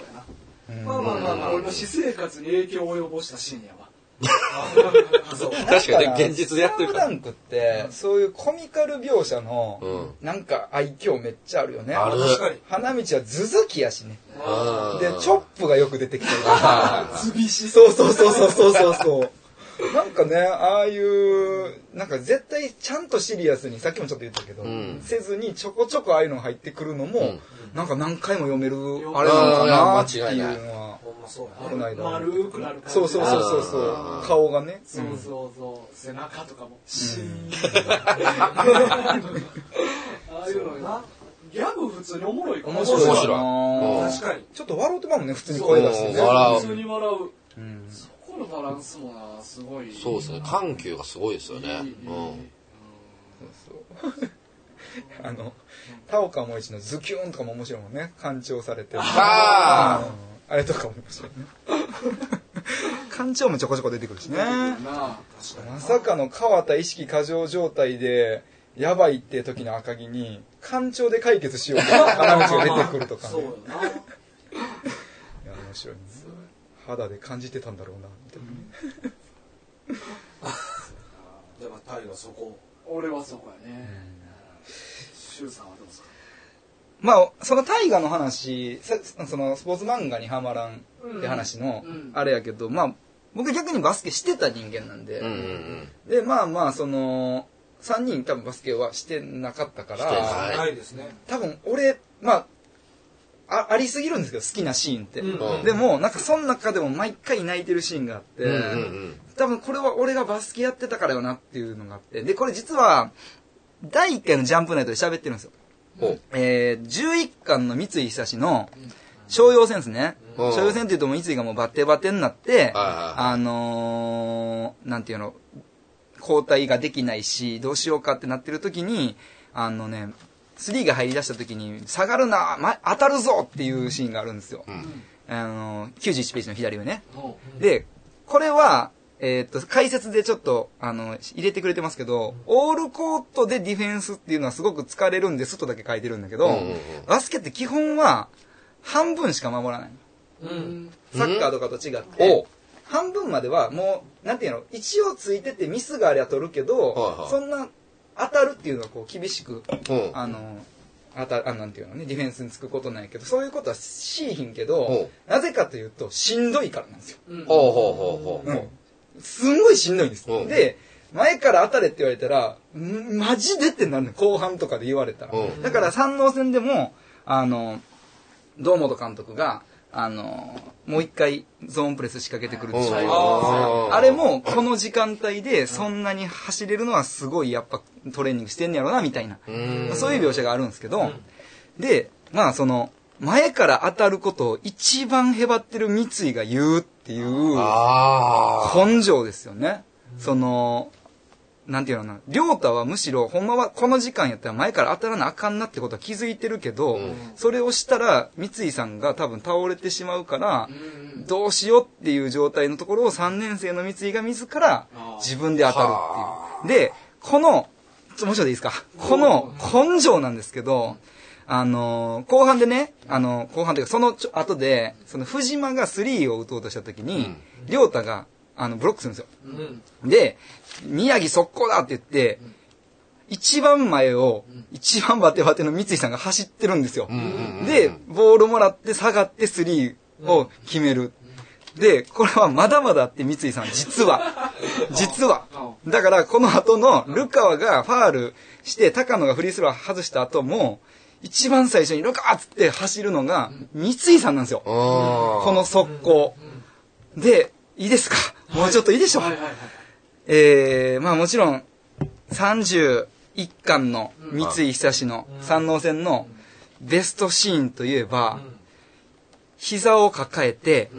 やなまあまあまあまあ俺の私生活に影響を及ぼしたシーンやわ確かにね、現実でやってるスかラらム。ダンクって、そういうコミカル描写の、うん。なんか愛嬌めっちゃあるよね。ある。確かに。花道はズズキやしね。うんで、チョップがよく出てきてる。つびしそうそうそうそうそうそうそう。なんかね、ああいう、なんか絶対ちゃんとシリアスに、さっきもちょっと言ったけど、んせずにちょこちょこああいうのが入ってくるのも、んなんか何回も読めるあれなのかなっていううんのは、ほんまそうや危な。ないな。丸くなる感じなそうそうそうそうそあう。ー顔がね。そううんそうそう、背中とかも、シーン。ああいうのな。ギャグ普通におもろいから面白いな面白いうん確かに。ちょっと笑うてまうもんね、普通に声出してね。うん笑普通に笑う。うんそこのバランスもな、すごい。そうですね。緩急がすごいですよね。うん。そうそうあの、田岡萌一のズキューンとかも面白いもんね。干潮されてる。ああれとかも面白いね。館長もちょこちょこ出てくるしね。なまさかの川田意識過剰状態で、やばいって時の赤木に、館長で解決しようと 花道が出てくるとか、そうね。いやな。や、面白いね。肌で感じてたんだろうな、みたいなね。だからタイがそこ。俺はそこやね。シュウさんはどうですかまあ、その大河の話、さそのスポーツ漫画にはまらんって話のうんうん、あれやけど、まあ、僕逆にバスケしてた人間なんで、うんうんうん。で、まあまあ、その、3人多分バスケはしてなかったかしてなら、はいないですね。多分俺、まあ、あ、ありすぎるんですけど、好きなシーンって。うんでも、なんかその中でも毎回泣いてるシーンがあって、うんうんうん。多分これは俺がバスケやってたからよなっていうのがあって、で、これ実は、第1回のジャンプナイトで喋ってるんですよ。ほえー、11巻の三井久志の、商用戦ですね。うん商用戦っていうともう三井がもうバッテバテになって、はあのー、なんていうの、交代ができないし、どうしようかってなってる時に、あのね、スリーが入り出した時に、下がるな、ま、当たるぞっていうシーンがあるんですよ。んあのー、91ページの左上ね。もで、これは、えーっと、解説でちょっと、あの、入れてくれてますけど、オールコートでディフェンスっていうのはすごく疲れるんですとだけ書いてるんだけど、うんうんうんバスケって基本は、半分しか守らない。う、うん。サッカーとかと違って、お半分まではもう、なんていうの、一応ついててミスがありゃ取るけど、はいはいそんな当たるっていうのはこう厳しく、うん。あの、あたあなんていうのね、ディフェンスにつくことなんやけど、そういうことはしいひんけほど、なぜかというと、しんどいからなんですよ。うんほうほうほうほう。うん、すんごいしんどいんです、うんで前から当たれって言われたらんマジでってなるの後半とかで言われたら、うんだから山王戦でもあの堂本監督があのもう一回ゾーンプレス仕掛けてくるでしょ、うんあうんーあれもこの時間帯でそんなに走れるのはすごいやっぱトレーニングしてんねやろなみたいな、うん。そういう描写があるんですけど、で、まあその、前から当たることを一番へばってる三井が言うっていうああ。根性ですよね。その、なんていうのかな、亮太はむしろ、ほんまはこの時間やったら前から当たらなあかんなってことは気づいてるけど、うんそれをしたら三井さんが多分倒れてしまうからう、んどうしようっていう状態のところを3年生の三井が自らあー自分で当たるっていう。で、この、ちょ、もうちょっといいですか。この根性なんですけど、あのー後半でね、あのー後半というかそのちょ後で、その藤間が3を打とうとした時に、亮太が、あの、ブロックするんですよ。うんで、宮城速攻だって言って、一番前を、一番バテバテの三井さんが走ってるんですよ。んで、ボールもらって下がってスリーを決める。で、これはまだまだあって三井さん、実 は。実は。だから、この後のルカワがファールして、高野がフリースロー外した後も、一番最初にルカワっつって走るのが三井さんなんですよ。ここの速攻。で、いいですかもうちょっといいでしょう、はいはいはいえー、まあもちろん、31巻の三井久志の山王戦のベストシーンといえば、膝を抱えて、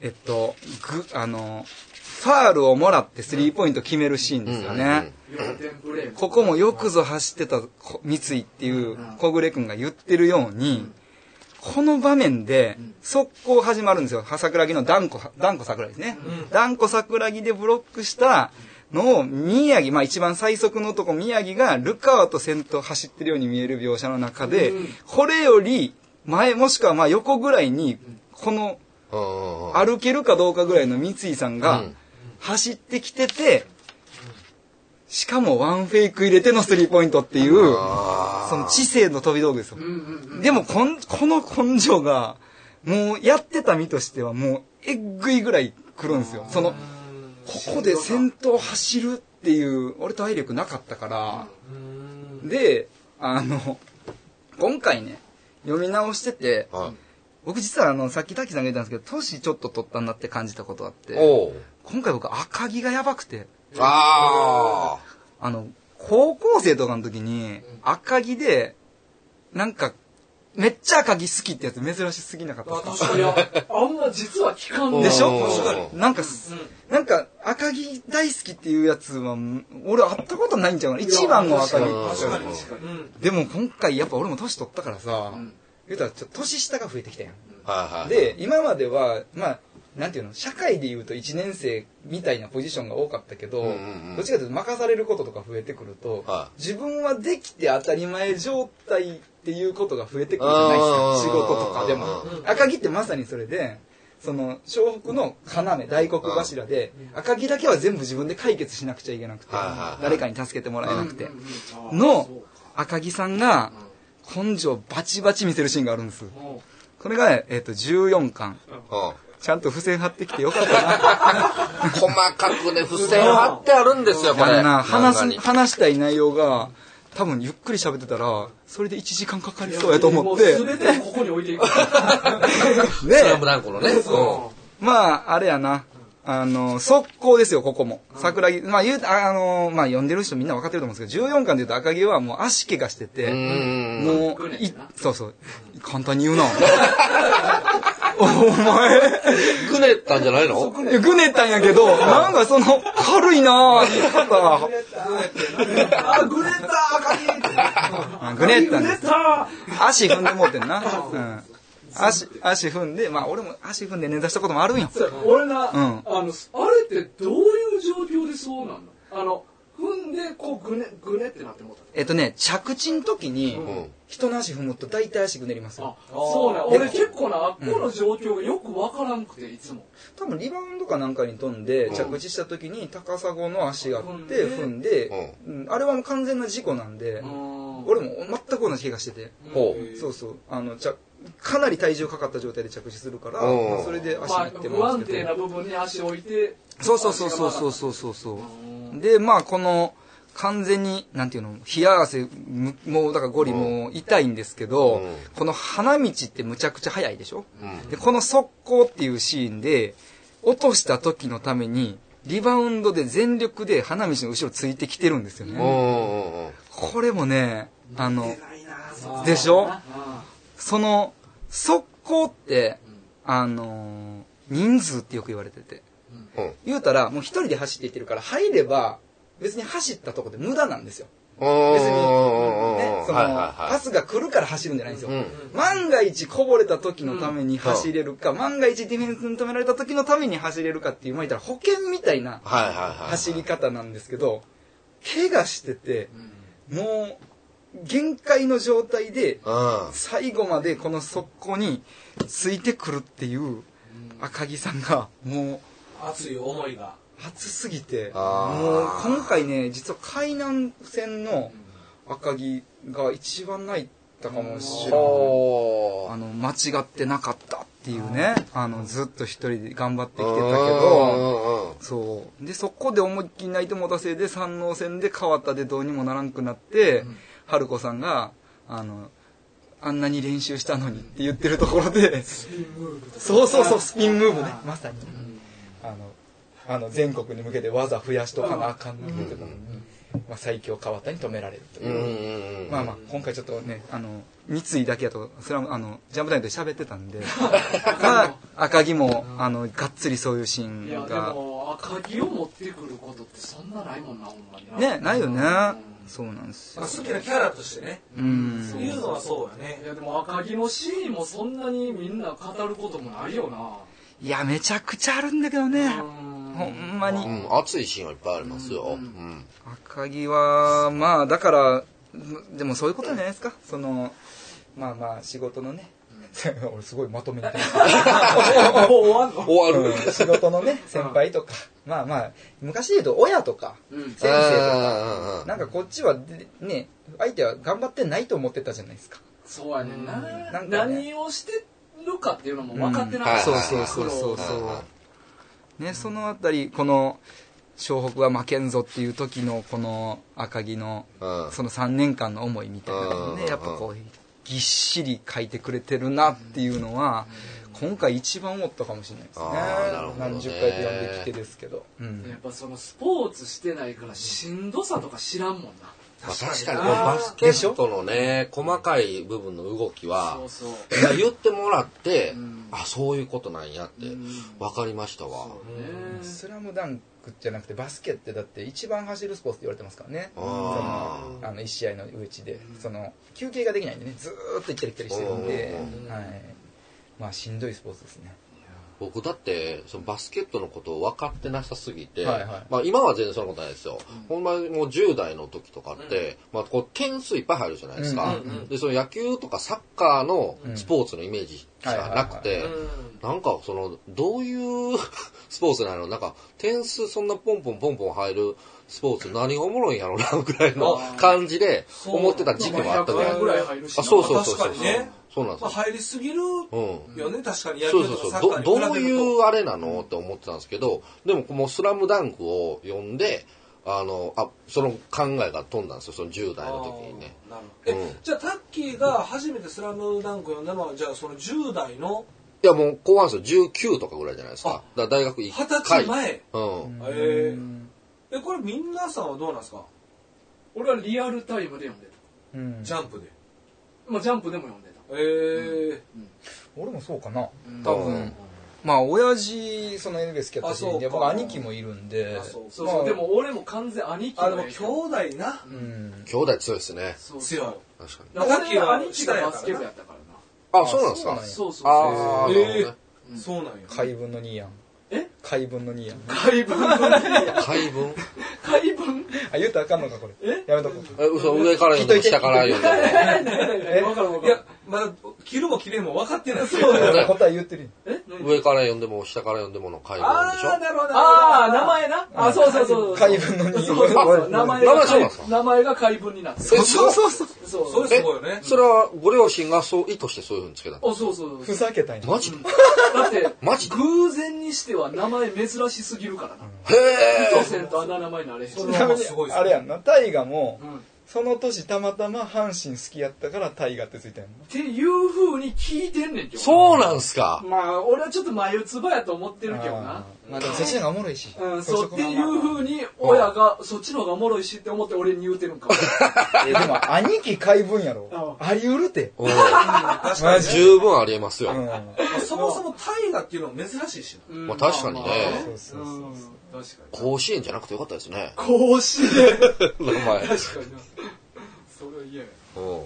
えっと、ぐ、あの、ファールをもらってスリーポイント決めるシーンですよね。 4点プレーここもよくぞ走ってたこ三井っていう小暮君が言ってるように、この場面で速攻始まるんですよ。桜木の断固、断固桜木ですね。断固桜木でブロックしたのを宮城、まあ一番最速の男宮城がルカワと先頭走ってるように見える描写の中で、これより前もしくはまあ横ぐらいに、こののる。歩けるかどうかぐらいの三井さんうがん走ってきてて、しかもワンフェイク入れてのスリーポイントっていう、あその知性の飛び道具ですよ。でもこん、この根性が、もうやってた身としてはもうえっぐいぐらい来るんですよ。その、ここで先頭走るっていう、俺体力なかったから、うんで、あの、今回ね、読み直してて、あ。はい僕実はあの、さっき滝さんが言ったんですけど、年ちょっと取ったなって感じたことあって、おう。今回僕赤木がやばくて、ああの、高校生とかの時に、赤木で、なんか、めっちゃ赤木好きってやつ珍しすぎなかったですか私はいややあんま実は聞かんあ。ねでしょうん確かになんかす、なんか、赤木大好きっていうやつは、俺会ったことないんちゃうかな。一番の赤確か木にうん確かに確かにうんでも今回やっぱ俺も年取ったからさ、ん言うたらちょっと年下が増えてきたやん。はいはい。、で、今までは、まあ、なんていうの、社会で言うと1年生みたいなポジションが多かったけうど、んうんうんどっちかというと任されることとか増えてくると、は自分はできて当たり前状態っていうことが増えてくるじゃないですあかー、仕事とかでもあ。赤木ってまさにそれで、その、湘北の要、大黒柱で、赤木だけは全部自分で解決しなくちゃいけなくてはいはいはい、誰かに助けてもらえなくてうんう。んうんあーのそう赤木さんが、根性バチバチ見せるシーンがあるんです。もこれが、えっ、と、14巻。うんちゃんと付箋貼ってきてよかった細かくね、付箋貼ってあるんですよ、こな。あれ。の漫な、話画す、に話したい内容が、多分ゆっくり喋ってたら、それで1時間かかりうそうやと思っもう全 て。てここに置いていくスラムねダンクのね。うんまあ、あれやな。あの、速攻ですよ、ここも。桜木。まあ、言う、ああの、まあ、読んでる人みんな分かってると思うんですけど、14巻で言うと赤木はもう足怪我してうて、ん。もうう、んい、そうそう。簡単に 言うな。お前。くねったんじゃないのいやぐねったんやけど、なんかその、軽いなぁ、言い方。あグレッター赤木あグネったんです。さ足踏んでもうてんな。うん。足、足踏んで、まあ俺も足踏んで捻挫したこともあるんよ。あ俺な、んあのあれってどういう状況でそうなんのあの踏んでこうぐねぐねってなってもうたえっとね、着地の時にう、ん。人の足踏むと大体足ぐねりますよあ。そうねあー俺結構なあっこの状況がよくわからんくていつも多分リバウンドかなんかに飛んで、うん着地した時に高砂の足があって、踏踏んで、ううんあれはもう完全な事故なんで、俺も全く同じ怪我してて。ほへえそうそう。あの、ちゃかなり体重かかった状態で着地するから、うんまあそれで足まあ打っ不てもん安ですけ定どな部分に足を置いてそうそうそうそうそうそうそうそうう。で、まあこの、完全に、なんていうの、冷や汗、むもうだからゴリもう痛いんですけうど、んこの花道ってむちゃくちゃ速いでしょ、うん。で、この速攻っていうシーンで、落とした時のために、リバウンドで全力で花道の後ろついてきてるんですようね。んうんうん。これもね、あの、うでしょあその、速攻って、あのー人数ってよく言われてて。うん言うたら、もう一人で走っていってるから、入れば、別に走ったとこで無駄なんですよ。うん別に、うんね、その、はいはいはパスが来るから走るんじゃないんですい。よ。うん。万が一こぼれた時のために走れるか、万が一ディフェンスに止められた時のために走れるかっていう、まあ言ったら保険みたいなはいはいはい。走り方なんですけど、怪我してて、もう、限界の状態で、うん。最後までこの速攻についてくるっていう赤木さんが、もう、熱い思いが。暑すぎてもうあー今回ね実は海南線の赤城が一番泣いたかもしれないほあの間違ってなかったっていうねあのずっと一人で頑張ってきてうたけうどんうんうんそうでそこで思いっきり泣いてもたせいで山王線で川田でどうにもならんくなって、春子さんがあのあんなに練習したのにって言ってるところでそうそうそう、スピンムーブね。まさに。あの、あの全国に向けて技増やしとかなあかんなってたのに、まあ、最強川田に止められるとうんういう。んうん。まあまあ、今回ちょっとね、あの、三井だけやと、それは、あの、ジャンプタイムで喋ってたんで、が、赤木も、あの、がっつりそういうシーーいやンでが、も赤城を持ってくることってそんなないもんなほんまにね、ないよねう。んそうなんですまあよ。好きなキャラとしてね、うん。そ言うのはそうやねい。やでも赤城のシーンもそんなにみんな語ることもないよないや、めちゃくちゃあるんだけどね。ほ ほんまに。うん、熱いシーンはいっぱいありますよ。うんうん。赤城はまあだからんでもそういうことじゃないですかそのまあまあ仕事のね 俺すごいまとめに終わる。仕事のね先輩とかまあまあ昔で言うと親とかうん先生とかかなんかこっちはでね相手は頑張ってないと思ってたじゃないですかそうやねんななんかね何をしてるかっていうのも分かってなかうんったそうそうそうそうはいはいはそうねそのあたりこの湘北は負けんぞっていう時のこの赤城のうん。その3年間の思いみたいなのをうんねやっぱこうぎっしり書いてくれてるなっていうのは今回一番思ったかもしれないですねあーなるほどね何十回と読んできてですけど、うんやっぱそのスポーツしてないからしんどさとか知らんもんなまあ確かに、バスケットのね、細かい部分の動きはそう、そう今言ってもらってうん、あ、そういうことなんやってうん、分かりましたわ。ねスラムダンクじゃなくてバスケってだって一番走るスポーツって言われてますからねそあのあの1試合のうちでその休憩ができないんでねずーっと行ったり来たりしてるんで、はい、まあしんどいスポーツですね僕だって、そのバスケットのことを分かってなさすぎて、はいはいまあ今は全然そんなことないですよ。ほんまにもう10代の時とかって、まあこう点数いっぱい入るじゃないですか。うんうんで、その野球とかサッカーのスポーツのイメージしかなくて、なんかその、どういう スポーツなのなんか点数そんなポンポンポンポン入るスポーツ何がおもろいんやろなぐらいの感じで思ってた時期もあったじゃない100ぐらい入るしなあ、そうそうそうまそあう。確かにねそうなんですまあよ。入りすぎうるん。よね、確かに野そう球そとうそかサうッカーどにどう比べると。いうあれなのって思ってたんですけどでももう「スラムダンクを読んであのあその考えが飛んだんですよその10代の時にねあーなるほどうえ、んじゃあタッキーが初めて「スラムダンクを読んだのはじゃあその10代のいやもう後半ですよ19とかぐらいじゃないですかだから大学二1十回歳前うん、えーえこれ皆さんはどうなんですか俺はリアルタイムで読んでたうんジャンプでまあジャンプでも読んでたえー俺もそうかなうん多分、うんまあ親父その NBA 好きやったあそしうかで僕兄貴もいるんであそうそうそうまあでも俺も完全兄貴あでのも影兄響弟なうん兄弟強いですねそうそう強い確かにだから俺は兄貴がバスケ部やったからなあそうなんですそかうなんやそうそうああえーなーるほどねうんそうなんや怪文の兄やんえ怪文の兄やん怪文の兄や怪文回分あ、言うたらあかんのか、これ。やめとこう。え嘘、上から読んでも下から読んでも。え分からん分いからんや、まだ、切るも切れんも分かってないです答え言ってるよ。え何上から読んでも下から読んでもの回文でしょあー、なるほど。ああ、名前な。あ、そうそうそう。回文の二そうそうそう名前名が前そうなんですか名前が解文になってる。えそうそうそう。そうそれすごいよねえ。それはご両親がそう意図してそういうふうにつけたのあ、そうそうそふう。ざけたんや。マジでだって、マジで偶然にしては名前珍しすぎるからな。へえ。当選とあんな名前になれへんし。そちれなみすごいに、ですねあれやんな、大河もう、んっその年たまたま阪神好きやったから大河ってついたんやんな。ていう風に聞いてんねんけど。そうなんすかまあ、俺はちょっと眉唾やと思ってるけどなあ。ーまあでもそっちの方がおもろいし。うん、そそううそっうていう風に、親が、そっちの方がおもろいしって思って俺に言うてるんかも。えでも、兄貴怪文やろ。あり得るて。おう確かマにジね。十分ありえますうよ。ん。まあそもそも大河っていうのも珍しいしな。うんまあ確かにねまあまあそうそうそううん確かに。甲子園じゃなくてよかったですね。甲子園名前。確かになそれは嫌やおう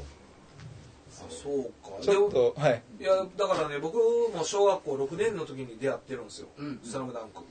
そうか。ちょっと、はい。いや、だからね、僕も小学校6年の時に出会ってるんですよ。うんスラムダンク。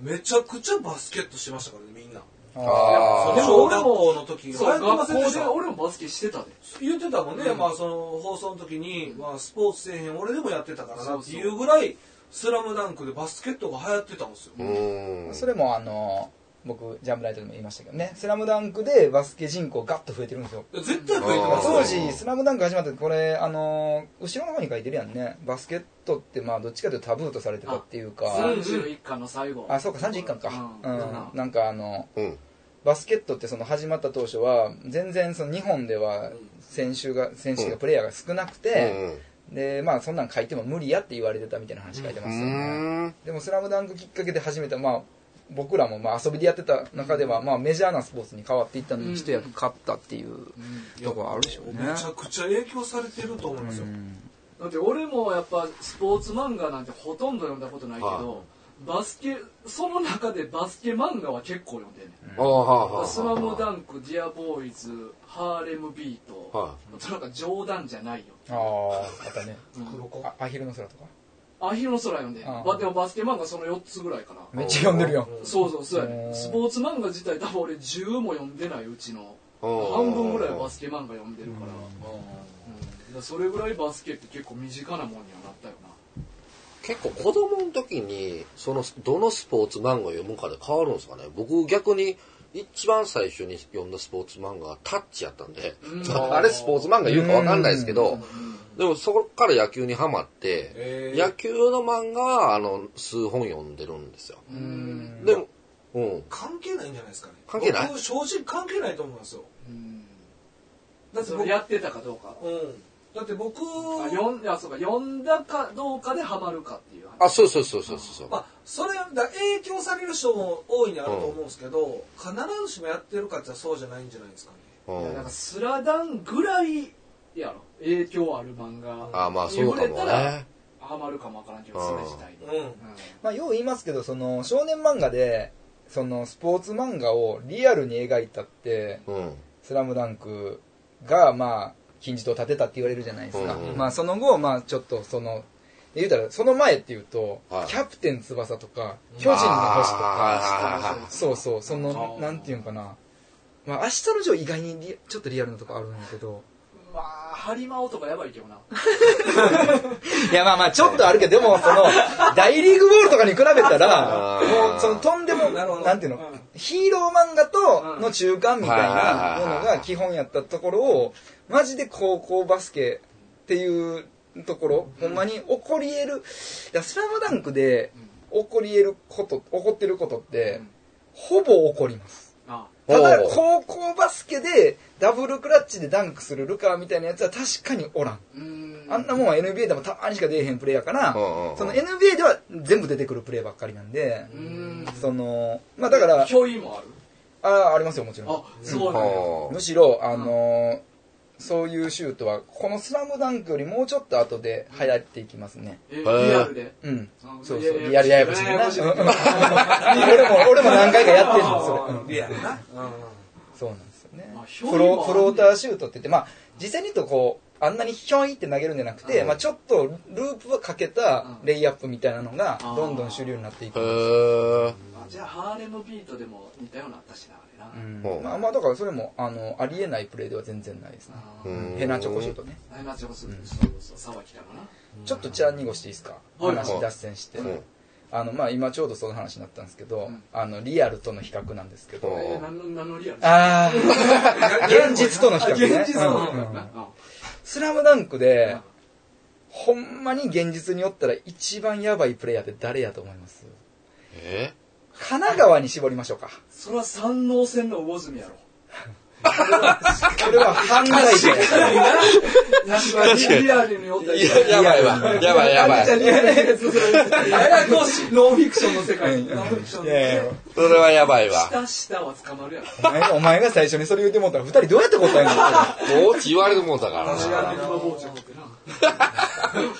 めちゃくちゃバスケットしてましたからね、みんな。あーその小学校の時、流行そうってま学せんで校しでた俺もバスケしてたで言ってたもんね、まあその放送の時に、まあスポーツせえへん俺でもやってたからなっていうぐらい、スラムダンクでバスケットが流行ってたんですよ。うーん。それもあのー、僕、ジャンプライトでも言いましたけどね、スラムダンクでバスケ人口がっと増えてるんですよ。絶対増えてあーますよ当時、スラムダンク始まって、これ、あのー、後ろの方に書いてるやんね。バスケットって、まあ、どっちかというとタブーとされてたっていうか、 31巻の最後あ、そうか、31巻か。ううんん。なんか、あの、うん。バスケットってその始まった当初は全然その日本では選手が選手がプレイヤーが少なくうて、んでまあそんなん書いても無理やって言われてたみたいな話書いてうますよね、ん。うーん。でも「スラムダンクきっかけで始めたまあ僕らもまあ遊びでやってた中ではまあメジャーなスポーツに変わっていったのに一役買ったっていうとこあるでしょうね、めちゃくちゃ影響されてると思いますよ。だって俺もやっぱスポーツ漫画なんてほとんど読んだことないけはどバスケその中でバスケ漫画は結構読んでんねああ、はあ、はあ。スラムダンク、ディアボーイズ、ハーレムビート、はあとなんか冗談じゃないよ、あああったねうん、あアヒルの空とかアヒルの空読んでん、あーまあでもバスケ漫画その4つぐらいかな、めっちゃ読んでるよそうそうそうやねへースポーツ漫画自体多分俺10も読んでないうちのうん半分ぐらいバスケ漫画読んでるから,、うんだからそれぐらいバスケって結構身近なもんにはなったよな結構子供の時にそのどのスポーツ漫画を読むかで変わるんですかね僕逆に一番最初に読んだスポーツ漫画はタッチやったんで、うん あれスポーツ漫画言うかわかんないですけど、でもそこから野球にハマって、え野球の漫画はあの数本読んでるんですよ。うんでも、うん。関係ないんじゃないですかね。関係ない僕正直関係ないと思いますよ。うんだってそ僕、うれん。やってたかどうかだって僕、あ読んあそうか読んだかどうかでハマるかっていう話あ、そうそうそうそうそう。まあ、それだ影響される人も大いにあると思うんですけど、必ずしもやってるかってそうじゃないんじゃないですかね。ういやんなんかスラダンぐらいやろ影響ある漫画あ、まあそうか言もわれたらね。ハマるかもわからんけどそれ自体で、うんまあ、よう言いますけどその少年漫画でそのスポーツ漫画をリアルに描いたってうん。スラムダンクが、まあ、金字塔を立てたって言われるじゃないですか。うんうんまあ、その後、まあ、ちょっと、その、言うたら、その前っていうと、はいキャプテン翼とか、巨人の星とか、あーはいはいはいはいそうそう、そのあ、ーなんていうんかな。まあ、明日のジョー意外にリちょっとリアルなとこあるんやけど。まあハリマオとかやばいけどないや、まあまあ、ちょっとあるけど、でも、その、大リーグボールとかに比べたらあ、ーもう、その、とんでも、なるほどなんていうのうん、ヒーロー漫画との中間みたいうんなものが基本やったところを、マジで高校バスケっていうところ、ほんまに起こり得る、いや、スラムダンクで起こり得ること、起こってることってうん、ほぼ起こります。あただ、おう高校バスケでダブルクラッチでダンクするルカーみたいなやつは確かにおらん。うんあんなもんは NBA でもたまにしか出えへんプレーやから、うんうんうんその NBA では全部出てくるプレーばっかりなんで、うんその、まあだから、憑依もあるああ、ありますよ、もちろん。あそうなんやはむしろ、あのーそういうシュートは、このスラムダンクよりもうちょっと後で流行っていきますね。えリーアルでうん。あそういそ、やいうやリアルややこしいな。やうんやこしいうん俺も、俺も何回かやってるの、それ。うんリアルな。そうなんですよねまあ。フロフローターシュートって言って、まあ、実際に言うとこう、あんなにひょいって投げるんじゃなくて、まあ、ちょっとループはかけたレイアップみたいなのがうんどんどん主流になっていくへ、ー。あじゃあハーレムビートでも似たようなあったしなあうれな、んうんまあまあだからそれもあのありえないプレーでは全然ないですねあうーんヘナチョコシュートねあれなちょっとそうそうそう沢木だかちょっとチャン濁していいですかはい話脱線して、うんあのまあ、今ちょうどその話になったんですけど、うんあのリアルとの比較なんですけど、な、うんえー、何の何のリアルああ 現実との比較ね現実そううんなうんんうだんなスラムダンクでうん、ほんまに現実によったら一番やばいプレイヤーって誰やと思いますえ神奈川に絞りましょうか。それは山王戦の魚住やろこれは犯罪者や確かにリアルにおったりやばいわ。やばいやばい。リアルにやつそれややこしい ノンフィクションの世界ノンフィクションいやいやのそれはやばいわ。下下は捕まるやろお前お前が最初にそれ言うてもったら二人どうやって答え るのもうオチ言われてもうたから知な。らないの傍聴ってな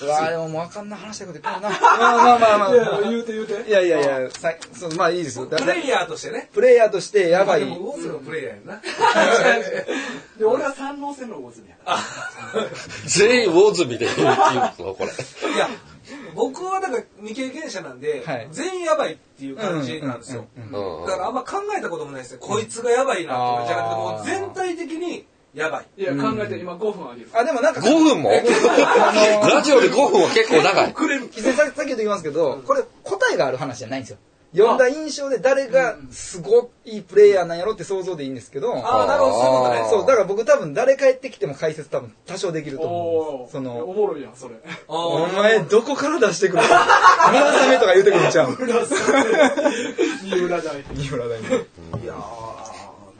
うわでももうあかんな話したこといっぱいあるな。まあまあまあいやいや言うて言うていやいやいや、さそうまあいいですよ。だプレイヤーとしてね。プレイヤーとしてやばいで。も、ウォーズのプレイヤーやな。 で俺は山王戦の魚住やから全員魚住で言うぞ、これ。いや、僕はだから未経験者なんで、はい全員やばいっていう感じなんですよ。うんうんううんんだからあんま考えたこともないですね。こいつがやばいなって思っちゃうあーけどもう全体的にやばい。いや考えて今5分あげるあ、でもなんか、 5分もあのラジオで5分は結構長い。くれる以前ささっき言ってきますけど、これ答えがある話じゃないんですよ。読んだ印象で誰がすごいいいプレイヤーなんやろって想像でいいんですけど、あーなるほどそういうことねあーそう、だから僕多分誰帰ってきても解説多分多少できると思うんおでーす。そおの、もろいやんそれおあ前どこから出してくるの 村雨とか言うてくるんちゃう三浦大三浦大ーいやー、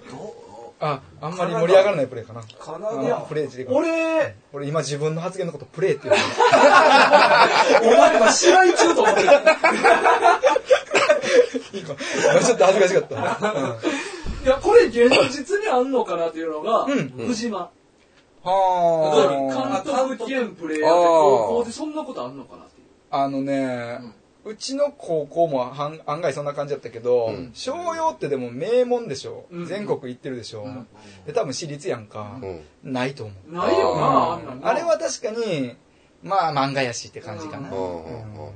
どあ、あんまり盛り上がらないプレーかな。う、かなりいやプレーしていく俺俺俺今自分の発言のことプレーって言う お前今試合中と思ってるのいいか俺ちょっと恥ずか しかった。うんいやこれ現実にあんのかなっていうのがん藤間監はあ。督兼プレイヤーって高校でそんなことあんのかなっていうあのね、うちの高校もはん案外そんな感じだったけど、うん商用ってでも名門でしょ、うん全国行ってるでしょ、んで多分私立やんか、うんないと思う、ないよなああんなんなあれは確かにまあ漫画やしって感じかな、ううんうんうんま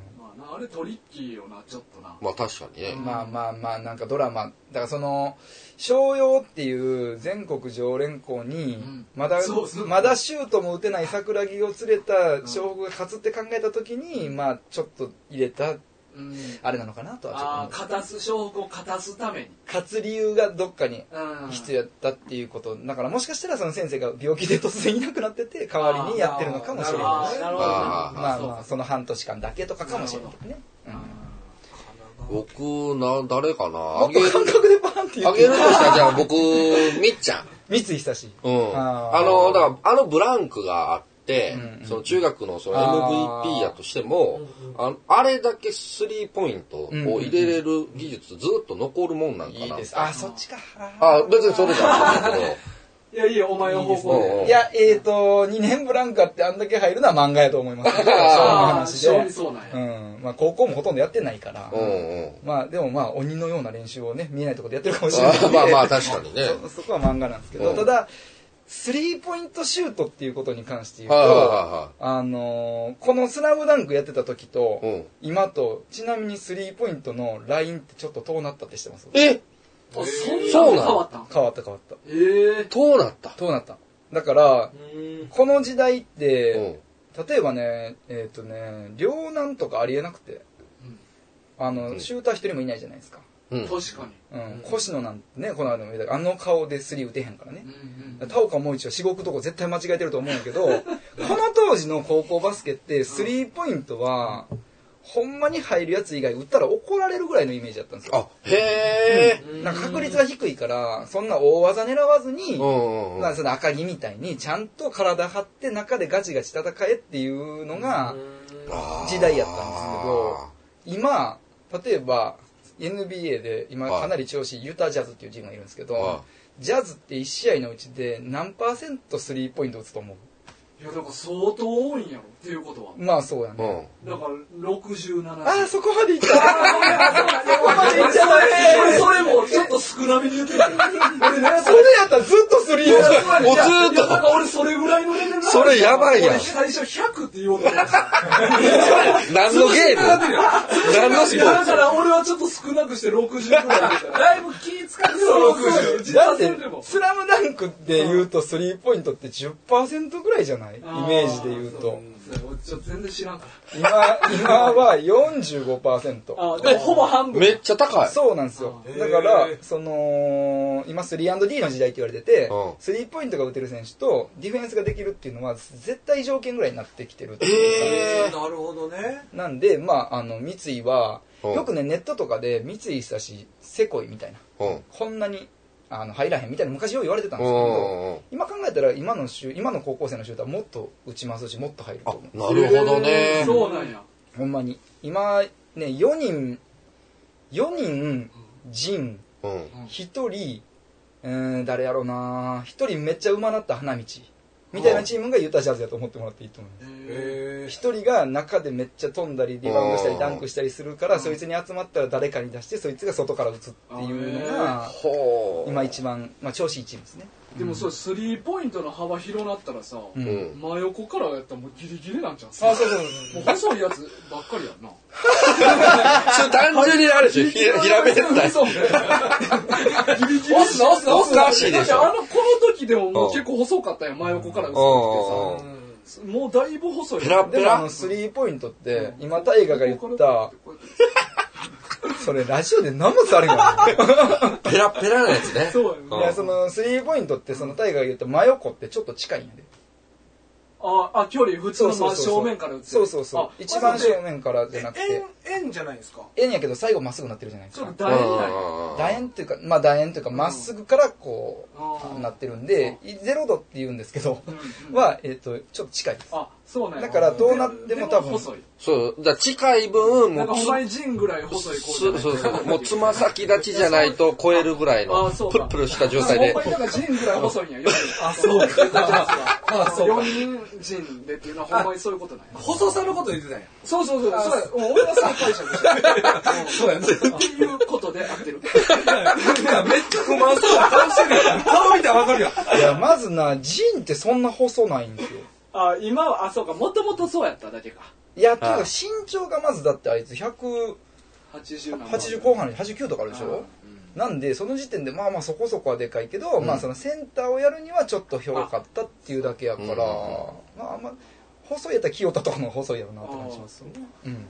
あなあれトリッキーよなちょっとなまあ確かにね。まあまあまあなんかドラマだからその商用っていう全国常連校にんまだ、そうそうまだシュートも打てない桜木を連れた湘北が勝つって考えた時に、まあちょっと入れたうんあれなのかなとはちょっと思あうあ勝たす証拠を勝たすために勝つ理由がどっかにうん必要だったっていうことだからもしかしたらその先生が病気で突然いなくなってて代わりにやってるのかもしれないあーなるほどなあーまあそうまあその半年間だけとかかもしれないね、うん、僕、な、誰かなあもっげとる、感覚でバーンって言あっげてるとしたらじゃあ僕、みっちゃん。三井久志うん。ああーの、だから、あのブランクがあって、うんうんその中学のそのあー MVP やとしても、あのあれだけスリーポイントを入れれる技術ずっと残るもんなんかな。いいですあーそっちかあ、別にそれじゃないけど。いやいいよお前の方向いいですねでいやえっ、ー、と2年ブランカってあんだけ入るのは漫画やと思いますけどそういうああ話勝で利、そうなんうやんまあ、高校もほとんどやってない から、うんうん。まあでもまあ鬼のような練習をね見えないところでやってるかもしれないんあでまあまあ確かにね。そそこは漫画なんですけど、うんただスリーポイントシュートっていうことに関して言うと、はいはいはあのーこの「スラムダンクやってた時と、うん今とちなみにスリーポイントのラインってちょっと遠なったって知ってますいはい。えあそんそうなになの変わったん変わった変わったええどうなった遠なっただからこの時代っうてん、例えばねえっ、とね両南とかありえなくてあの、うんシューター一人もいないじゃないですか、うん。確かにうん星野なんてねこの間も言ったけどあの顔でスリー打てへんからね、うん田岡もう一は四国とこ絶対間違えてると思うんや けどこの当時の高校バスケってスリーポイントはほんまに入るやつ以外打ったら怒られるぐらいのイメージだったんですあ、よへぇなんか確率が低いからそんな大技狙わずに、ー。うんうんまうあ、ん。その赤木みたいにちゃんと体張って中でガチガチ戦えっていうのが時代やったんですけど今例えば NBA で今はいかなり調子いいユタジャズっていうチームがいるんですけど、はジャズって1試合のうちで何パーセントスリーポイント打つと思ういやだから相当多いんやろっていうことはまあそうやうね。ん。だから67ああ、そこまでいった。それもちょっと少なめに言ってる俺ねそれやったらずっとスリーだ。もうずーっといやなんか俺それぐらいのレベルなんだそれやばいやん俺最初100って言おうと思ってた何のゲー ム何のスポーだツから俺はちょっと少なくして60ぐらいだいぶ気使って60実だっはそてれでも、スラムダンクって言うと、スリーポイントって10%ぐらいじゃないイメージで言うと。俺ちょっと全然知らんか今、今は45%。らあでもほぼ半分めっちゃ高い。そうなんですよ。だから、その、今 3&D の時代って言われててうん、スリーポイントが打てる選手とディフェンスができるっていうのは、絶対条件ぐらいになってきてるっていうかえなるほどね。なんで、まあ、あの、三井は、うんよくね、ネットとかで、三井久志、せこいみたいな、ー。うん。こんなに、あの、入らへんみたいな、昔よく言われてたんうですけど、んうん。今考えたら、今のシュ今の高校生のシューターはもっと打ちますし、もっと入るとあ思、なるほどね。そうなんやう。ほんまに。今、ね、4人、4人、陣、うん。 1人、うーん、誰やろうな1人めっちゃ馬なった花道、みたいなチームがユタジャズやと思ってもらっていいと思います。え一人が中でめっちゃ飛んだりリバウンドしたうりんダンクしたりするからそいつに集まったら誰かに出してそいつが外から打つっていうのがほう。今一番、まあ、調子いいチームですねでもそうスリーポイントの幅広なったらさうんうん。真横からやったらもうギリギリなんじゃんあそうそうそうもう細いやつばっかりやんなそれ単純にあるでしょ、ひひらめいたい。そうねギリギリ押すな押すな押すおかしいだっでしょてあのこの時でももう結構細かったよ真横から打つうっんてさもうだいぶ細いペラでもあのスリーポイントって今大河が言ったそれラジオで何も伝わるん かペラペラなやつね。そうやねんらいやそのスリーポイントってその大河が言った真横ってちょっと近いんやでああ距離普通の真正面から打つそうそうそう一番正面面からじゃなくて円、円じゃないですか。ええんやけど最後まっすぐなってるじゃないですちょかっとうん楕う円なんんやうんうん楕円というか、まあ楕円というか、まっすぐからこあーう、なってるんで、いゼロ度って言うんですけど、うんうんは、えっと、ちょっと近いです。あそうなんやだからどうなっても多分で細いそう、だから近い分、なもんかうおつ、前陣ぐらい細いそ子うじゃそうないそう、もうつま先立ちじゃないと超えるぐらいのあそ、うプかルプルした状態でほん。まになんか陣ぐらい細いんや、4人。 あ、そうかあ、あそそううか。か4人陣でっていうのはほんまにそういうことなんや。細さのこと言って たんや。 そうそうそう。そうや俺はそう解釈した。そうやな。っていうことで合ってる。めっちゃ不満そうな顔してるやん。顔見たらわかるやん。いや、まずな、ジンってそんな細ないんですよ。 あ、今は、あ、そうか。もともとそうやっただけか。いや、というああか身長がまずだってあいつ180 80なん後半、89とかあるでしょうなんで、その時点でまあまあそこそこはでかいけど、まあそのセンターをやるにはちょっと広かったっていうだけやから、うんまああんま、細いやったら清田とかの方が細いやろなって感じしあまあ、す。そう。うん。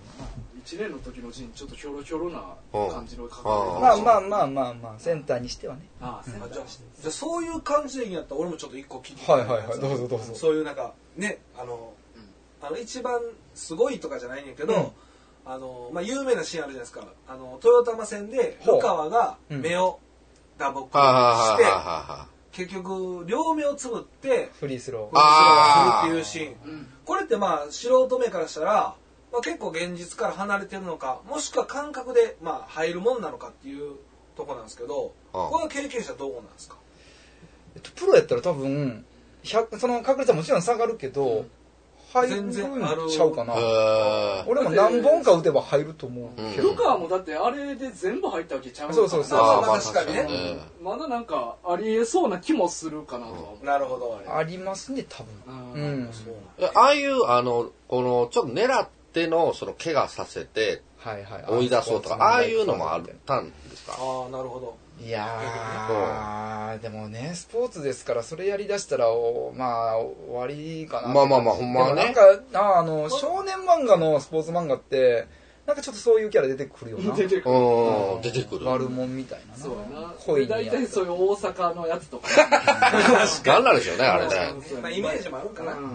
1年の時の陣、ちょっとひょろひょろうなん感じの格うんまあまあまあまあまあ、センターにしてはね。あ、先輩じゃあじゃあそういう感じでいいんやったら俺もちょっと一個聞いてはいはいはいどうぞどうぞそういうなんかねあの,、あの一番すごいとかじゃないんやけど、あのまあ、有名なシーンあるじゃないですかあの豊玉戦でほうルカワが目を打撲はして、いはい結局両目をつぶってフリースロー。あーこういうするっていうシーン、うんこれってまあ素人目からしたら、まあ、結構現実から離れてるのかもしくは感覚でまあ入るもんなのかっていうとこなんですけどこれは経験者どうなんですかえっとプロやったら多分、100その確率はもちろん下がるけど、入るん全然あるちゃうかな。はいはい。へー俺も何本か打てば入ると思うけうど。ルカもだってあれで全部入ったわけちゃうからそうそうそうあーまあまあ確かにね確ねまだなんかありえそうな気もするかなとは思うなるほどありますね、多分。ううんん。そうなえんああいう、あの、この、ちょっと狙っての、その、怪我させて、はいはい。追い出そうとか、ああいうのもあったんですかああなるほどいやー、でもね、スポーツですから、それやりだしたら、おまあ、終わりかな。まあまあまあほんまはねでもなんか、あーあの、少年漫画のスポーツ漫画って、なんかちょっとそういうキャラ出てくるよな。出てくるうん、出てくる。悪者みたいなな。そうやな恋にや大体そういう大阪のやつとかなんなんでしょうね、あれね。そうやなまあ、イメージもあるかな、うんうん。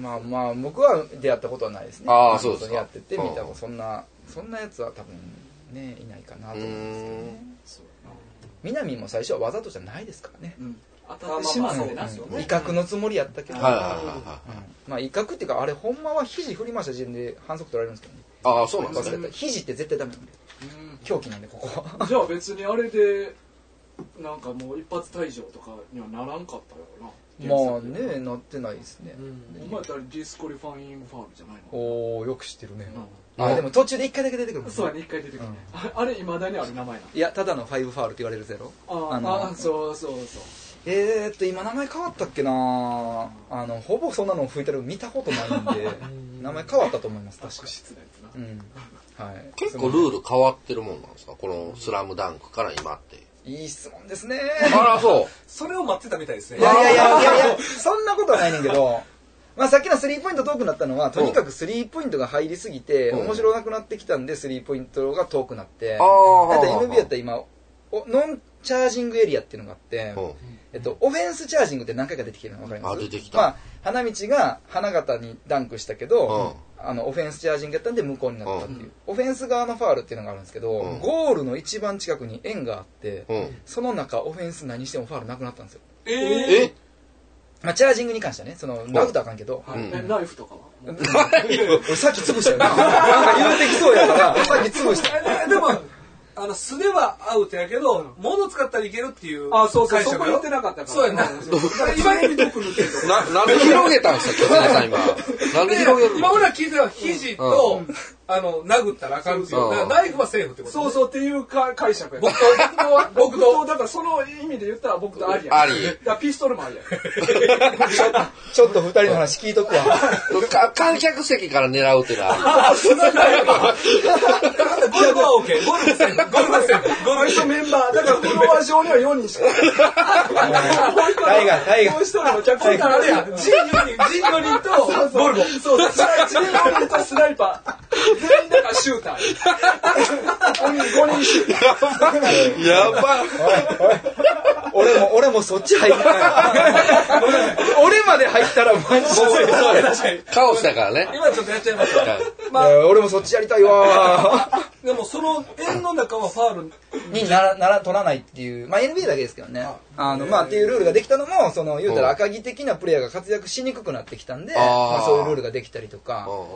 まあまあ、僕は出会ったことはないですね。ああそうですか本当にやってて、みたうんういなんそんな、そんなやつは多分ね、いないかなうと思うんですけど。ーん。そうやな南も最初はわざとじゃないですからね。うん当たってしまってなあまあまあそううん威嚇のつもりやったけど。はいはいはいはうい。んまあ威嚇っていうか、あれ、ほんまは肘振り回した時点で反則取られるんですけどね。ああ、そうなんです忘ねれ。た。肘って絶対ダメなんで。う 狂気なんで、ここは。んじゃあ別にあれでなんかもう一発退場とかにはならんかったよなまあねなってないですね、お前やったらディスコリファイングファールじゃないのおおよく知ってるね、うんあでも途中で一回だけ出てくるもんねそうやね一回出てくるね、あれいまだにある名前なのいやただのファイブファウルって言われるゼロああのあそうそうそうえー、っと今名前変わったっけなあのほぼそんなの吹いてるの見たことな いんで名前変わったと思います確悪か質なやつな、うんはい結構ルール変わってるもんなんですかこの「スラムダンクから今って。いい質問ですねあら、そそれを待ってたみたいですいねやいやいやいやいや そんなことはないねんけどまあさっきのスリーポイント遠くなったのはとにかくスリーポイントが入りすぎてうん面白なくなってきたんでスリーポイントが遠くなっ てあーだって NBA やったら今おノンチャージングエリアっていうのがあってう。うん。えっと、オフェンスチャージングって何回か出てきてるの分かりますあ出てきたまあ、花道が花形にダンクしたけど、うあのオフェンスチャージングやったんで無効になったっていう、オフェンス側のファールっていうのがあるんですけど、うんゴールの一番近くに円があって、うん。その中オフェンス何してもファールなくなったんですよ、ええまあ、チャージングに関してはねそのラフとはあかんけ ど、はいうんえナイフとかは俺さっき潰したよななんか言うてきそうやからさっき潰したー、でもあの素ではアウトやけど物使ったらいけるっていうあそうそう解釈そこよ言ってなかったからそうやな今指とく抜けるとかな、なんで広げたんですか、今日さん今。なんでで広げる今の俺ら聞いてたのは肘と、あの殴ったらあかんっていうそうそうだからナイフはセーフってことそうそうっていうか解釈や僕と僕僕ととだからその意味で言ったら僕とアリやありだからピストルも アリやちょっと二人の話聞いとくわか観客席から狙うっていうのはゴルフは OK ゴルフはセーフゴルフはセーフゴルフはセーフメンバーだからフォロワー上には4人しかタイガータイガもうー一人の客席ああれれやや人4人人4人とゴルゴそうそう、スライチー ムとスナイパー。全員だからシューター。5人、5人シューター。 やばい。俺も俺もそっち入った 俺まで入ったらマジでカオスだからね。今ちょっとやっちゃいましたまいあや俺もそっちやりたいわーでもその円の中はファールにならなら取らないっていう、まあ、NBA だけですけどねあの、まあ、っていうルールができたのもその言うたら赤木的なプレイヤーが活躍しにくくなってきたんで、あーまあ、そういうルールができたりとかうんうん